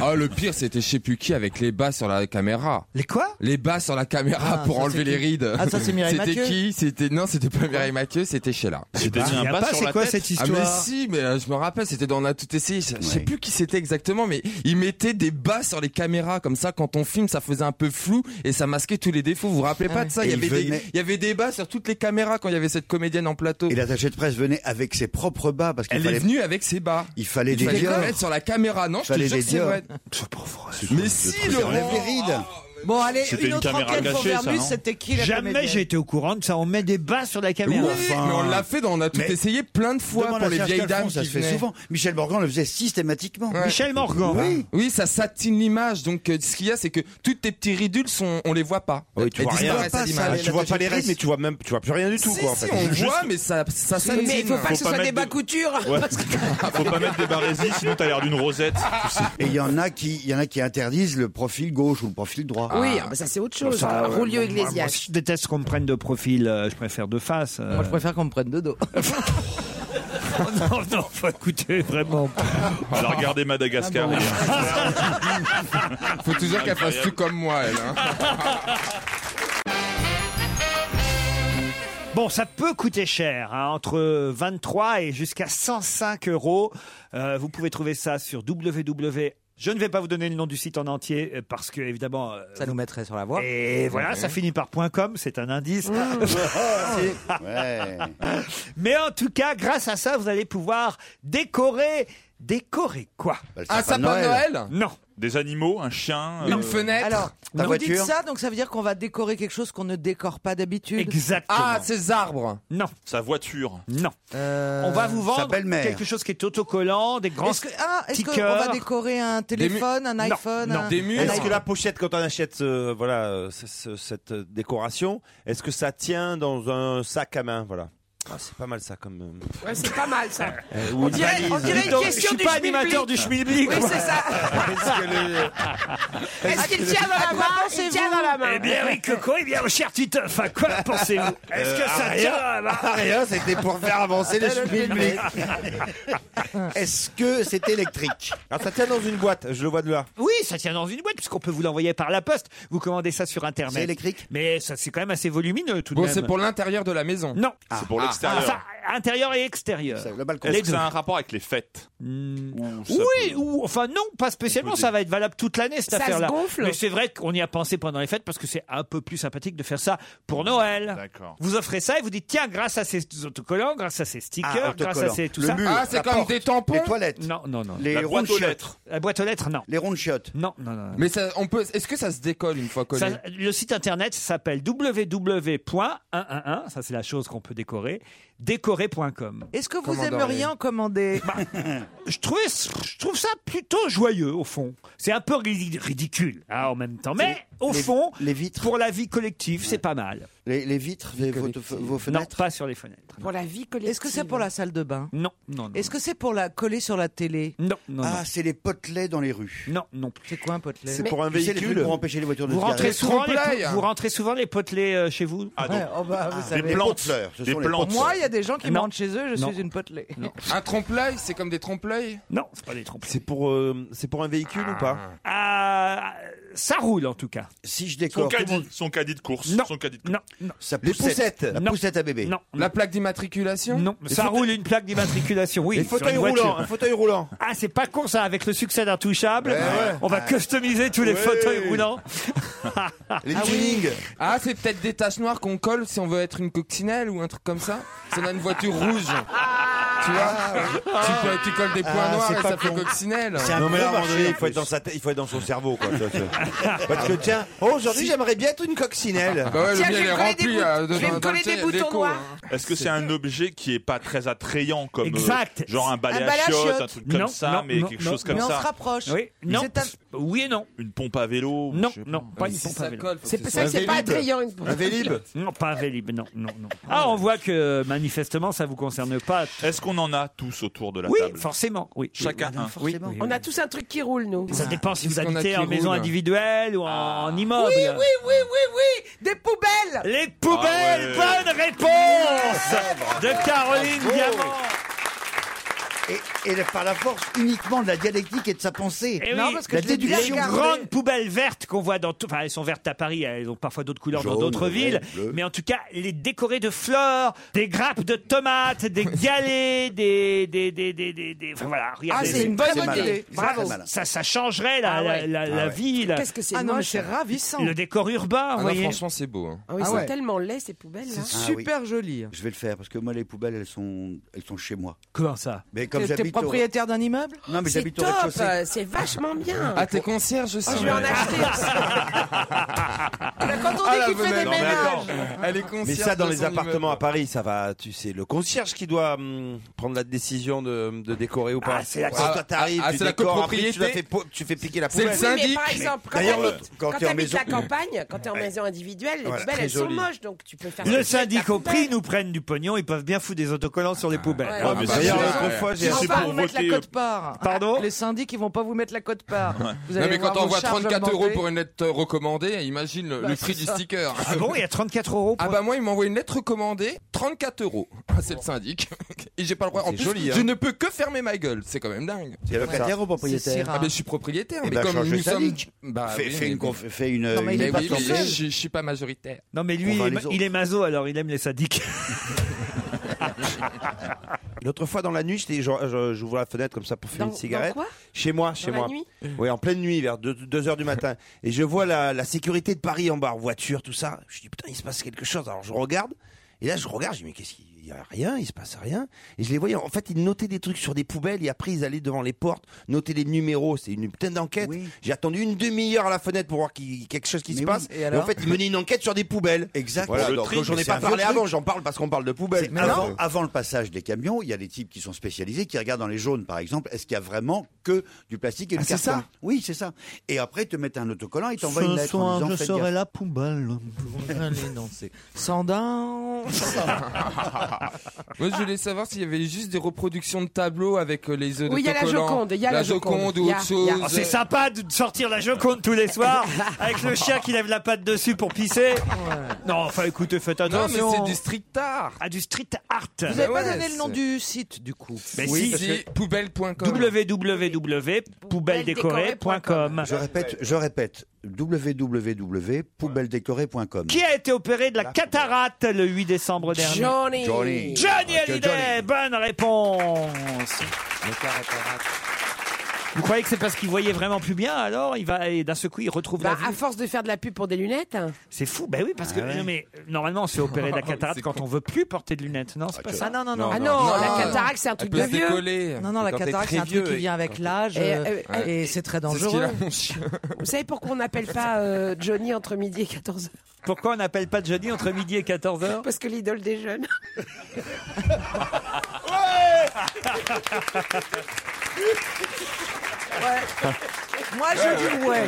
Ah, le pire, c'était chez Puki avec les bas sur la caméra. Les quoi Les bas sur la caméra Ah, pour ça, enlever c'est les qui rides. Ah, ça, c'est Mireille Mathieu C'était qui C'était non, c'était pas Mireille Mathieu, c'était Sheila. C'était pas. mis un Y a bas pas, sur c'est la quoi tête cette Ah mais histoire si, mais euh, je me rappelle, c'était dans On a tout essayé. Je je sais plus qui c'était exactement, mais il mettait des bas sur les caméras comme ça quand on filme, ça faisait un peu flou et ça masquait tous les défauts. Vous vous rappelez Ah pas ouais. de ça Et Il y il avait venait- des il y avait des bas sur toutes les caméras quand il y avait cette comédienne en plateau. Et l'attaché de presse venait avec ses propres bas parce qu'il Elle fallait. est venue avec ses bas. Il fallait Il des fallait Dior. les mettre sur la caméra, non Il Je te fallait jure des que c'est Dior. vrai. Mais si, Il enlève les Laurent rides. Bon, allez, C'était une caméra cachée, ça, non Jamais j'ai été au courant de ça. On met des bas sur la caméra. Oui, mais on l'a fait dans On a tout Mais- essayé plein de fois Demande pour à les Serge vieilles dames Calfon, ça qui se fait venaient. souvent. Michel Morgan le faisait systématiquement. Ouais. Oui. Oui, ça satine l'image. Donc euh, ce qu'il y a, c'est que toutes tes petits ridules sont, on les voit pas. Oui, tu Elles vois rien. disparaissent à Tu l'image. vois pas les rides, mais tu vois même, tu vois plus rien du tout, Si, quoi, en si, fait. on Juste- voit, mais ça, ça Mais satine. il faut pas que ce soit des bas coutures. Ouais. parce que- Faut pas mettre des barésies, sinon t'as l'air d'une rosette. tu sais. Et il y en a qui, il y en a qui interdisent le profil gauche ou le profil droit. Oui, ah, bah ça c'est autre chose. Ça, ouais, Rulio moi, moi, Iglesias. je déteste qu'on me prenne de profil. euh, je préfère de face. euh. Moi, je préfère qu'on me prenne de dos. Oh (laughs) non, non, faut écouter (laughs) vraiment. Alors regardez Madagascar. (laughs) Ah hein. (laughs) Faut toujours qu'elle fasse tout comme moi, elle. hein. Bon, ça peut coûter cher, hein, entre 23 et jusqu'à 105 euros. Euh, vous pouvez trouver ça sur www. Je ne vais pas vous donner le nom du site en entier euh, parce que évidemment. euh, Ça nous mettrait sur la voie. Et voilà, ça finit par .com, c'est un (laughs) Mmh. indice. Mmh. Ouais. Mais en tout cas, grâce à ça, vous allez pouvoir décorer, décorer quoi Un Bah, sapin de Noël. Noël Non. Des animaux, un chien. Une fenêtre. Alors, Euh, Ta vous voiture dites ça, donc ça veut dire qu'on va décorer quelque chose qu'on ne décore pas d'habitude. Exactement. Ah, ces arbres. Non. Sa voiture. Non. Euh, On va vous sa vendre belle-mère. quelque chose qui est autocollant, des grands Est-ce que- ah, est-ce qu'on stickers. va décorer un téléphone, un Non, iPhone non. un- Des murs. Est-ce que la pochette, quand on achète euh, voilà, euh, ce- ce- cette euh, décoration, est-ce que ça tient dans un sac à main voilà. Ah, C'est pas mal ça comme. euh, Ouais, c'est pas mal ça. euh, ou On une dirait, valise. on dirait une Donc, question je suis du pas schmilblick. animateur du schmilblick, Oui, moi. c'est ça. Est-ce qu'il tient dans la main Il tient dans la main. Eh bien (laughs) oui, Coco, eh bien, cher Titeuf, à quoi pensez-vous Est-ce que Euh, ça à tient rien. à la- À rien, c'était pour faire avancer les (laughs) schmilblick. Est-ce que c'est électrique Ah, ça tient dans une boîte, je le vois de là. Oui, ça tient dans une boîte, puisqu'on peut vous l'envoyer par la poste. Vous commandez ça sur Internet. C'est électrique Mais ça, c'est quand même assez volumineux, tout de Bon, même. c'est pour l'intérieur de la maison. Non. C'est pour Ah. l'extérieur. Enfin, intérieur et extérieur. C'est le balcon. Est-ce les que deux. Hmm. ça a un rapport avec les fêtes Ou ça Oui, peut- ou enfin non, pas spécialement. peut Ça va être valable toute l'année cette Ça se affaire-là. gonfle Mais c'est vrai qu'on y a pensé pendant les fêtes parce que c'est un peu plus sympathique de faire ça pour Noël. D'accord. Vous offrez ça et vous dites tiens, grâce à ces autocollants, grâce à ces Ah, stickers, autocollant. grâce à ces tout Le ça. mur, Ah, c'est la comme porte, des tampons. Les toilettes. Non, non, non. Les La rondes boîte aux chiottes. lettres. La boîte aux lettres, non. Les rondes chiottes. Non, non, non. non. Mais ça, on peut. Est-ce que ça se décolle une fois collé Ça, le site internet s'appelle www.111, ça c'est la chose qu'on peut décorer, décorer.com. Est-ce que vous Commandant aimeriez Ryan. en commander Bah. (laughs) Je, trouvais- je trouve ça plutôt joyeux au fond. C'est un peu ri- ridicule hein, en même temps, mais au Les- fond, pour la vie collective, c'est pas mal. Les, les vitres, les- vos, vos Non, fenêtres pas sur les fenêtres. Pour la vie collective. Est-ce que c'est pour la salle de bain Non, non, non. Est-ce que c'est pour la coller sur la télé Non, non. Ah, c'est les potelets dans les rues. Non, non. C'est quoi un potelet C'est pour un véhicule pour empêcher les voitures de Vous se garer. rentrez, souvent les, po- vous rentrez souvent les potelets euh, chez vous Ah, donc. Ouais, oh bah, vous Des savez. plantes. potes fleurs, ce Des sont les plantes. Moi, il y a des gens qui Non. rentrent chez eux, je Non. suis une potelée. Un trompe-l'œil, c'est comme des trompe-l'œil Non, c'est pas des trompes. C'est pour, euh, c'est pour un véhicule ou pas Ah, ça roule en tout cas. Si je Son caddie, son caddie de course. Son caddie de course. Les poussette. poussettes. La Non. poussette à bébé. Non. La plaque d'immatriculation Non, ça roule une plaque d'immatriculation, oui. Les sur fauteuils une voiture. roulants, un fauteuil roulant. Ah, c'est pas con ça, avec le succès d'Intouchable. On va customiser tous les Ouais. fauteuils (laughs) roulants. ah oui. Ah, c'est peut-être des taches noires qu'on colle si on veut être une coccinelle ou un truc comme ça. Si on a une voiture rouge. Tu vois tu, peux- tu colles des points Ah, noirs c'est et pas ça fait con. coccinelle. non, mais là, à un moment donné, il faut être dans sa tête, il faut être dans son cerveau, quoi. Ça, c'est- Parce que tiens, oh, aujourd'hui, j'aimerais bien être une coccinelle. Bah ouais, le Tiens, mien, je vais il est me coller rempli, des bout- euh, de- hein. Je vais me coller des boutons noirs. Est-ce que c'est un objet qui est pas très attrayant comme euh, Exact. genre un balai Un à balai à chiottes, un chiottes. truc comme Non, ça, non, mais non, quelque non, chose comme mais on ça. se rapproche. Oui, non. C'est un- oui et non. Une pompe à vélo. Non, non, pas une pompe à vélo. C'est ça, c'est pas attrayant une pompe. Non, pas un Vélib, non, (laughs) non, non. Ah, on voit que manifestement, ça vous concerne pas. Est-ce qu'on en a tous autour de la oui, table forcément, oui. Chacun un. Oui, oui, On a tous un truc qui roule, nous. Ça dépend si vous Qu'est-ce qu'on a habitez qui en maison roule individuelle ou en, Ah. en immeuble. Oui, oui, oui, oui, oui Des poubelles Les poubelles, Ah ouais. bonne réponse de Caroline Bravo. Diamant. Et, et par la force uniquement de la dialectique et de sa pensée. Eh oui, la déduction. les grandes poubelles vertes qu'on voit dans tout. Enfin, elles sont vertes à Paris, elles ont parfois d'autres couleurs dans Jaune, d'autres vert, villes. bleu. Mais en tout cas, les décorées de fleurs, des grappes de tomates, des galets, des. des, des, des, des, des- enfin, voilà, regardez. Ah, c'est une bonne C'est idée. malin. C'est Ça, très malin. ça, ça changerait la, Ah la, ouais. la- Ah la ouais. vie. la- Qu'est-ce que c'est Ah non, mais moche. c'est ravissant. Le décor urbain, Ah vous non, voyez. franchement, c'est beau. hein. Ah oui, Ah c'est ouais. tellement laid ces poubelles là. Ah oui. Je vais le faire parce que moi les poubelles elles sont elles sont chez moi. Comment ça Mais comme T'es- T'es j'habite au- propriétaire d'un immeuble Non mais C'est j'habite au top, rez-de-chaussée. euh, c'est vachement bien. Ah, t'es concierge aussi. Oh, je vais en acheter Ah, Quand Ah on dit qu'il fait des Non, mais ménages. attends. Elle est Mais concierge ça, dans de les son appartements immeuble. à Paris, ça va. Tu sais, le concierge qui doit hum, prendre la décision de, de décorer ou pas. Ah, c'est la- Quand toi, t'arrives, Ah, tu c'est la décores, après, copropriété. tu, la fais po- tu fais piquer la C'est poubelle. le Oui, mais par exemple, quand D'ailleurs, t'habites le- quand quand t'es en t'habites maison- la campagne, quand t'es en maison individuelle, les Voilà, poubelles très elles sont joli. moches, donc tu peux faire. Le ça avec ta syndic au prix poubelle. nous prennent du pognon, ils peuvent bien foutre des autocollants sur les poubelles. Ouais, Ah, ouais, mais bah, ça, d'ailleurs, c'est- l'autre ouais. fois, j'ai- Ils C'est vont pas pour vous mettre la voter, cote part. Pardon Les syndics, ils vont pas vous mettre la cote part. Vous Non, allez mais voir quand on vos voit charges 34 euros augmenter. pour une lettre recommandée, imagine le, Bah, le c'est prix du ça. sticker. Ah bon, il y a 34 euros pour Ah bah moi, il m'envoie une lettre recommandée, 34 euros. Ah, C'est le syndic. (laughs) Et j'ai pas le droit. En C'est plus, joli, hein. je ne peux que fermer ma gueule. C'est quand même dingue. T'es locataire ou C'est si propriétaire rare. Ah ben, je suis propriétaire, Eh mais ben, comme change de nous sommes- syndic. Bah Fais- oui, fais une mais- conf- fais une- Non, mais il une- est pas oui, tout oui, seul. oui. (laughs) Je, je suis pas majoritaire. Non mais On lui, il va est, les ma- autres. il est maso alors il aime les (laughs) syndics. L'autre fois dans la nuit, j'étais- je- je- j'ouvre la fenêtre comme ça pour fumer Dans- une cigarette. dans quoi chez moi, chez la moi. nuit oui, en pleine nuit, vers 2h du matin. Et je vois la, la sécurité de Paris en bas, en voiture, tout ça. Je dis putain, il se passe quelque chose. Alors je regarde. Et là, je regarde, je dis mais qu'est-ce qu'il il y a rien, il se passe rien. Et je les voyais, en fait, ils notaient des trucs sur des poubelles et après ils allaient devant les portes, noter les numéros. C'est une putain d'enquête. J'ai attendu une demi-heure à la fenêtre pour voir qu'il- quelque chose qui se oui, passe. et Et, alors en fait, ils menaient une enquête sur des poubelles. Exact. Pour le donc tri, j'en mais ai c'est un pas vieux parlé truc. avant, j'en parle parce qu'on parle de poubelles. Mais avant, avant le passage des camions, il y a des types qui sont spécialisés, qui regardent dans les jaunes, par exemple, est-ce qu'il y a vraiment que du plastique et du Ah, c'est carton ça Oui, c'est ça. Et après, ils te mettent un autocollant, ils t'envoient une lettre en disant faites (laughs) gaffe. la poubelle pour aller danser. Sandin (laughs) Moi, je voulais savoir s'il y avait juste des reproductions de tableaux avec euh, les œufs Oui, il y a la d'autocollants. Joconde, il y a la Joconde. Joconde Il ou y a- autre il y a- Ah, chose. Oh, c'est sympa de sortir la Joconde tous les soirs avec le chien qui lève la patte dessus pour pisser. Non, enfin écoutez, faites Non, mais attention. c'est du street art. Ah, du street art. Vous n'avez pas donné le nom du site, du coup Mais Oui, si, c'est poubelle.com. www.poubelledécorée.com. Je répète, je répète, www.poubelledécorée.com. Qui a été opéré de la cataracte le 8 décembre dernier Johnny. Johnny. Johnny Ah, Hallyday, Johnny. bonne réponse. Vous croyez que c'est parce qu'il voyait vraiment plus bien alors il va et d'un seul coup il retrouve la Bah, vue à force de faire de la pub pour des lunettes. hein. C'est fou, ben oui, parce que Ah ouais. non, mais normalement on se fait opérer de la cataracte quand on veut plus porter de lunettes, non C'est pas ça. Ah non, non, non. Ah non, la cataracte c'est un truc de vieux. Non, non, la cataracte, c'est un truc qui vient avec Ah, l'âge Et, euh, euh, euh, et c'est très dangereux. Vous savez pourquoi on n'appelle pas euh, Johnny entre midi et 14h (laughs) Pourquoi on n'appelle pas Johnny entre midi et 14h Parce que l'idole des Euh. jeunes. Moi, je dis ouais.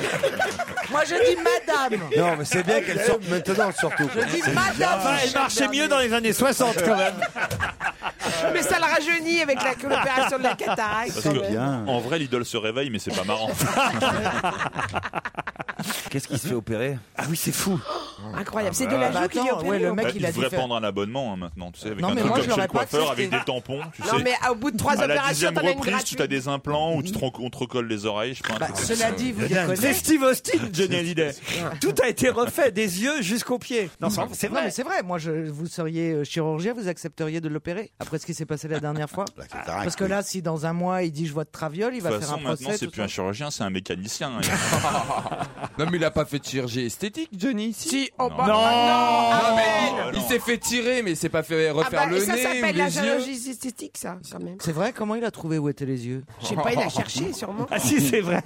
Moi, je dis madame. Non, mais c'est bien qu'elle sorte maintenant, surtout. Je dis madame. Enfin, Ah, elle marchait mieux dans les années 60 quand même. (laughs) Mais ça le rajeunit avec la- l'opération de la cataracte. Parce quand que, même. en vrai, l'idole se réveille, mais c'est pas (laughs) marrant. Qu'est-ce qui se fait opérer Ah oui, c'est fou. Incroyable. Ah, C'est de la joue qui lui opère. Bah, devrait prendre un abonnement hein, maintenant, tu sais, avec Non, un mais truc moi, comme je chez le l'aurais pas coiffeur, avec accepté. des tampons, tu Non, sais. mais au bout de trois à la opérations, dixième t'en as une reprise, tu gratuite. as des implants ou tu te, on te recolle les oreilles, je sais pas. un Bah, truc comme cela ça. dit, vous déconnez. C'est Steve Austin, Johnny Hallyday. Tout a été refait, des yeux jusqu'aux pieds. Non, c'est c'est Non, mais vrai. c'est vrai. Moi, je, vous seriez euh, chirurgien, vous accepteriez de l'opérer après ce qui s'est passé la dernière (laughs) fois. Bah, Parce que là, si dans un mois il dit je vois de traviole, il De va toute faire façon, un maintenant, procès. c'est tout plus ça. un chirurgien, c'est un mécanicien. hein. non, mais il a pas fait de chirurgie esthétique, Johnny. Si, oh, bah, Non. ah, non. Non, mais Ah, il, il non. s'est fait tirer, mais il s'est pas fait Ah refaire bah, le et ça nez ou les s'appelle la yeux. chirurgie esthétique, ça, quand même. C'est vrai. Comment il a trouvé où étaient les yeux Je sais (laughs) pas, il a cherché, sûrement. Ah si, c'est vrai.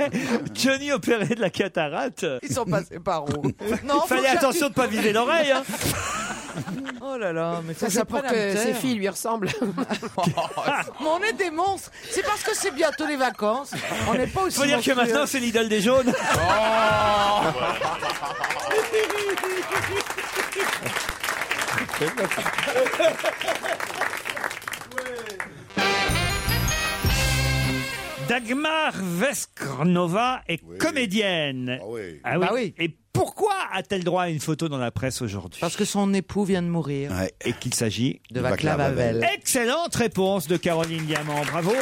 Johnny opéré de la hein. cataracte. Ils sont passés par (laughs) où Il fallait attention de pas viser l'oreille. hein. Oh là là, mais Ça, faut c'est pour j'apprenne à me que ses taire. filles lui (laughs) ressemblent. Mais on est des monstres. C'est parce que c'est bientôt les vacances. On n'est pas aussi. Faut dire que monstrueux. maintenant, c'est l'idole des jaunes. Oh. (laughs) Dagmar Veskrnova est comédienne. Ah oui. Bah oui. Et pourquoi a-t-elle droit à une photo dans la presse aujourd'hui Parce que son époux vient de mourir. Et qu'il s'agit De Vaclav Havel. Excellente réponse de Caroline Diamant. Bravo.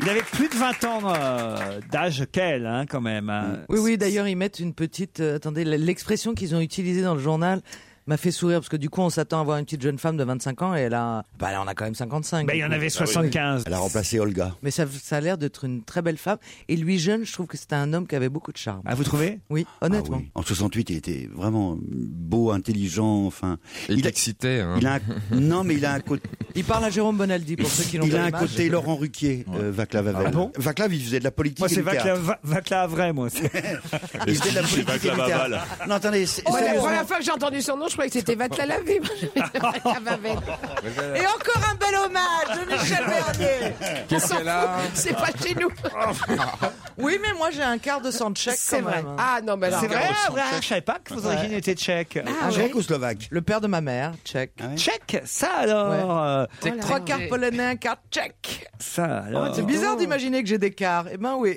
Il avait plus de 20 ans euh, d'âge qu'elle, hein, quand même. hein. Oui, oui, d'ailleurs, ils mettent une petite. euh, attendez, l- l'expression qu'ils ont utilisée dans le journal m'a fait sourire parce que du coup, on s'attend à voir une petite jeune femme de 25 ans et elle a. Bah, là, on a quand même 55. Bah, il du y en coup. Ah avait 75. Elle a remplacé Olga. Mais ça, ça a l'air d'être une très belle femme. Et lui, jeune, je trouve que c'était un homme qui avait beaucoup de charme. Ah, vous trouvez Oui, honnêtement. Ah En 68, il était vraiment beau, intelligent, enfin. Il excitait. Il a un- (laughs) non, mais il a un côté. Il parle à Jérôme (laughs) Bonaldi pour ceux qui l'ont Il pas a un l'image. côté Laurent Ruquier, euh, Vaclav Havel. Ah bon Vaclav, il faisait de la politique. Moi, et c'est du théâtre. Vaclav, Va- Vaclav Vrai, moi. (laughs) Il faisait de la C'est politique. et du Vaclav théâtre. Havel. Non, attendez, c'est- Moi, la sérieusement. première fois que j'ai entendu son nom, je croyais que c'était Va te la laver. (laughs) Moi, Ah, je vais te la laver. Et encore un bel hommage de Michel Bernier. On Qu'est-ce s'en qu'elle a fout, C'est pas chez nous. Oui, mais moi, j'ai un quart de sang de chèque C'est quand vrai. même. Ah non, mais alors. C'est vrai, ah, ouais, je savais pas que vos origines étaient tchèques. Ah, Tchèque ou slovaque Le père de ma mère, tchèque. Tchèque Ça alors euh, Trois quarts polonais, un quart tchèque. Oh, Ça alors C'est bizarre d'imaginer que j'ai des quarts. Eh ben oui.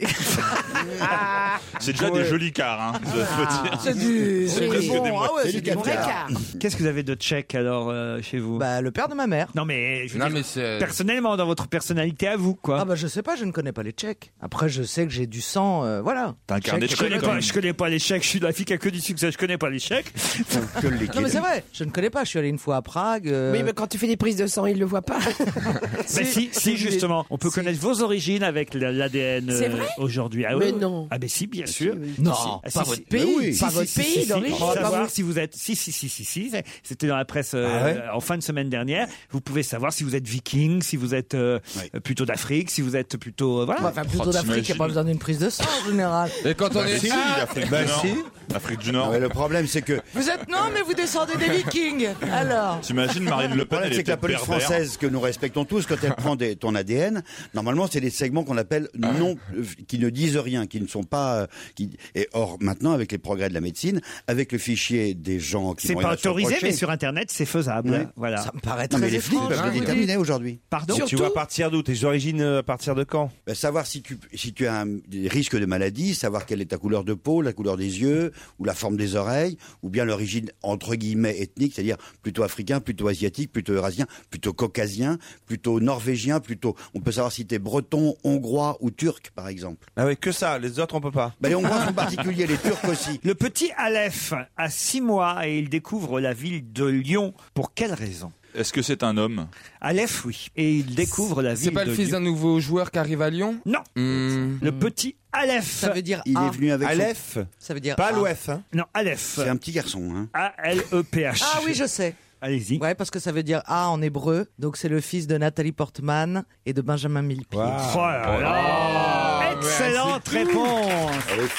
C'est déjà des jolis quarts, hein, faut dire. C'est du- C'est presque bon, des ah moitiés. ouais, c'est du bon vrai Ah. quart. Qu'est-ce que vous avez de tchèque alors euh, chez vous Bah, le père de ma mère. Non mais, je veux Non, dire, mais c'est- (laughs) personnellement dans votre personnalité à vous quoi. Ah bah je sais pas, je ne connais pas les tchèques. Après je sais que j'ai du sang, euh, voilà. T'as un carnet de je chèques, connais quand pas, même. je connais pas les chèques, je suis de la fille qui a que du succès, je connais pas les chèques. (laughs) Non mais c'est vrai, je ne connais pas, je suis allé une fois à Prague. euh, Oui, mais quand tu fais des prises de sang, il le voit pas. Bah si, si justement, on peut connaître vos origines avec la- l'ADN C'est euh, vrai aujourd'hui. Ah, Mais oui, oui. non. Ah ben si, bien sûr. Non, Ah, si, pas si. votre pays, Mais oui. pas Si, si, votre si, pays si, si. d'origine. On va Pas savoir vous. si vous êtes. Si si si si si. c'est- C'était dans la presse euh, Ah ouais en fin de semaine dernière. Vous pouvez savoir si vous êtes viking, si vous êtes euh, plutôt d'Afrique, si vous êtes plutôt euh, voilà. Enfin plutôt d'Afrique, il n'y a pas besoin d'une prise de sang en général. Et quand on Bah est. si, Ah Afrique Bah du Nord. si. Afrique du Nord. Ouais, le problème, c'est que. Vous êtes non mais vous descendez des vikings. Alors T'imagines Marine Le Le Pen, problème, elle c'est est que la police française que nous respectons tous, quand elle prend des, ton ADN, normalement, c'est des segments qu'on appelle non, euh, qui ne disent rien, qui ne sont pas, euh, qui, et or, maintenant, avec les progrès de la médecine, avec le fichier des gens qui C'est vont y pas être autorisé, mais reprochés- sur Internet, c'est faisable. hein, Ouais. Voilà. ça me paraît Non, très mais les flics étrange. peuvent les Oui. déterminer aujourd'hui. Pardon. Donc, tu vois à partir d'où Tes origines euh, à partir de quand Ben, savoir si tu, si tu as un- des risques de maladie, savoir quelle est ta couleur de peau, la couleur des yeux, ou la forme des oreilles, ou bien l'origine entre guillemets ethnique, c'est-à-dire plutôt africain, plutôt asiatique, plutôt eurasien, plutôt caucasien, plutôt norvégien, plutôt. On peut savoir si tu es breton, hongrois ou turc, par exemple. Ah oui, que ça, les autres on peut pas. Ben, les (laughs) hongrois sont particuliers, les turcs aussi. Le petit Aleph a six mois et il découvre la ville de Lyon. Pour quelle raison Est-ce que c'est un homme Aleph, oui. Et il découvre la C'est ville pas de le fils d'un Lyon. nouveau joueur qui arrive à Lyon Non, Hmm. le petit Aleph. Ça veut dire Il est ah. venu avec son- Aleph Ça veut dire Pas ah. l'OF, hein Non, Aleph. C'est un petit garçon. Hein. A-L-E-P-H. Ah oui, je sais. E Allez-y. Ouais, parce que ça veut dire ah en hébreu. Donc c'est le fils de Nathalie Portman et de Benjamin Milpied. Ah. Oh là là. Oh Excellente réponse.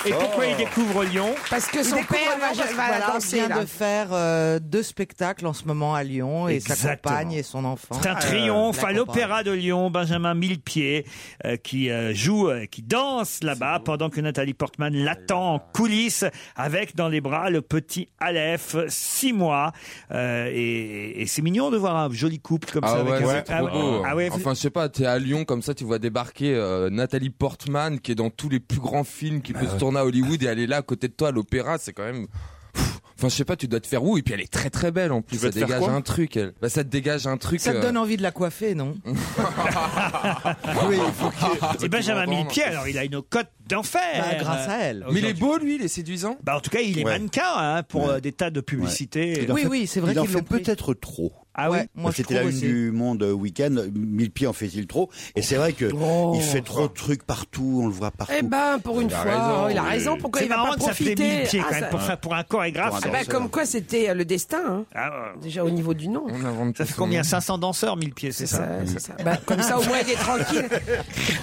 Et pourquoi il découvre Lyon Parce que Il son découvre père Lyon va- parce que va voilà, danser. On vient là. de faire euh, deux spectacles en ce moment à Lyon et sa Exactement. compagne et son enfant. Euh, C'est un triomphe à l'Opéra de Lyon, Benjamin Millepied, euh, qui euh, joue, euh, qui danse là-bas, pendant que Nathalie Portman l'attend en coulisses, avec dans les bras le petit Aleph, six mois. Euh, et et c'est mignon de voir un joli couple comme ça. Ah avec ouais, un- c'est Ah trop ouais. beau. Ah ouais, Enfin, je sais pas, t'es à Lyon comme ça, tu vois débarquer euh, Nathalie Portman qui est dans tous les plus grands films qui peut se tourner à Hollywood et elle est là à côté de toi à l'opéra, c'est quand même. Pff, Enfin, je sais pas, tu dois te faire où et puis elle est très très belle en plus. vas Ça te faire dégage quoi un truc. Elle. Bah, ça te dégage un truc. Ça te euh, (laughs) donne envie de la coiffer, non oui, il faut Et Benjamin Millepied, alors il a une cote d'enfer. Bah, grâce à elle. Mais il est beau, lui, il est séduisant. Bah, en tout cas, il est Ouais. mannequin hein, pour euh, des tas de publicités. Il en fait- Il en fait peut-être trop. Ah oui, moi, je C'était la trouve une aussi. du Monde euh, Week-end. Mille pieds en fait-il trop Et c'est vrai que Oh. il fait trop de trucs partout. On le voit partout. Eh ben, pour une Il a fois, raison, il a oui. raison. Pourquoi C'est il va marrant pas de s'appeler profiter Millepied, quand Ah, même, ça- pour, faire- pour un chorégraphe. Ah bah, comme quoi c'était euh, le destin. hein. Déjà au niveau du nom. Ah. Ça fait combien 500 danseurs, 1000 pieds, c'est ça, Bah, comme ça, au moins, il est tranquille.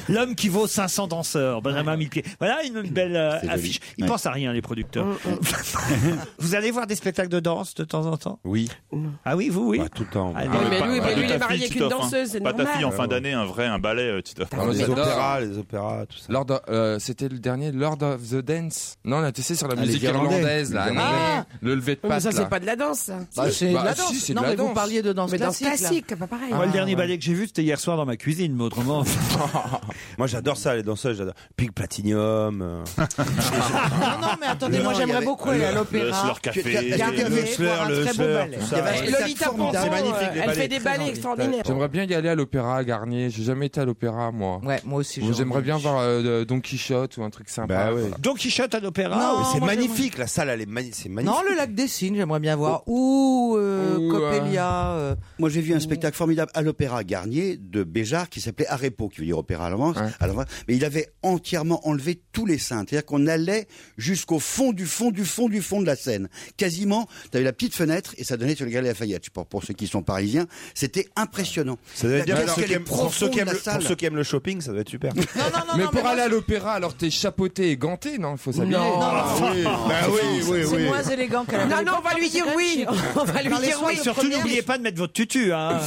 L'homme qui vaut 500 danseurs, Benjamin Millepied. Voilà une belle euh, C'est joli. affiche. Ils Ouais. pensent à rien, les producteurs. Mm, (laughs) vous allez voir des spectacles de danse de temps en temps Oui. Ah oui, vous, oui Tout le temps. Ah, Euh, mais pas- lui- pas mais de lui, il ta est marié fille, avec Titoff, une hein. danseuse, c'est Pas ta fille en normal. fin d'année, un vrai, un ballet, euh, Titoff. Ah, les J'adore. opéras, les opéras, tout ça. Lord of- euh, c'était le dernier Lord of the Dance. Non, là, tu sais, sur la Ah, les musique Irlandais. irlandaise, là. Les non, Irlandais. le lever de Oui, Mais patte, ça, là. c'est pas de la danse. ça. Bah, c'est de la Bah, danse. si, c'est de Non, la mais vous danse. parliez de danse Mais danse classique. Ah. là. classique, pas pareil. Moi, Ah, le dernier ballet que j'ai vu, c'était hier soir dans ma cuisine, (laughs) mais autrement. Moi, j'adore ça, les danseuses, j'adore. Pig Platinium. euh. Non, non, mais attendez, Le- moi non, il y j'aimerais avait- beaucoup aller à le- le l'opéra. Slur Café, Il y a- il y a- le- un café, le Slur, voir un le très beau Slur, ballet. tout ça. Il y avait un Ouais. spectacle Lolita Ponto, formidable. C'est magnifique, les Elle ballets. fait des Très ballets extraordinaires. J'aimerais bien y aller à l'opéra à Garnier. J'ai jamais été à l'opéra, moi. Ouais, moi aussi. J'aimerais bien voir euh, Don Quichotte ou un truc sympa. Bah ouais. Don Quichotte à l'opéra. Non, Mais c'est moi, magnifique, la salle, elle est magnifique. C'est magnifique. Non, le (laughs) lac des Signes, j'aimerais bien voir. Ou euh, Coppelia. euh, Moi, j'ai vu un spectacle formidable à l'Opéra Garnier de Béjart qui s'appelait Arepo, qui veut dire opéra à l'avance. à l'avance. Mais il avait entièrement enlevé tous les seins. C'est-à-dire qu'on allait jusqu'au fond du fond du fond du fond de la scène. Quasiment, tu avais la petite fenêtre et ça donnait sur le Galerie Lafayette. Pour, pour ceux qui sont parisiens, c'était impressionnant. Ça doit être bien Qu'est-ce pour ceux qu'elle qui est aiment- pour ceux qui profonde, aiment la le- pour salle. ceux qui aiment le shopping, ça doit être super. mais pour aller à l'opéra, alors t'es chapeauté et ganté, non Il faut s'habiller. Non, non, oui. non. Bah oui, oui, oui. moins élégant qu'à la Non, Lolita non, on va Ponto, lui c'est dire quand même oui. chiant. On va lui Dans les dire soirées oui. Et surtout, premières, n'oubliez pas de mettre votre tutu. hein.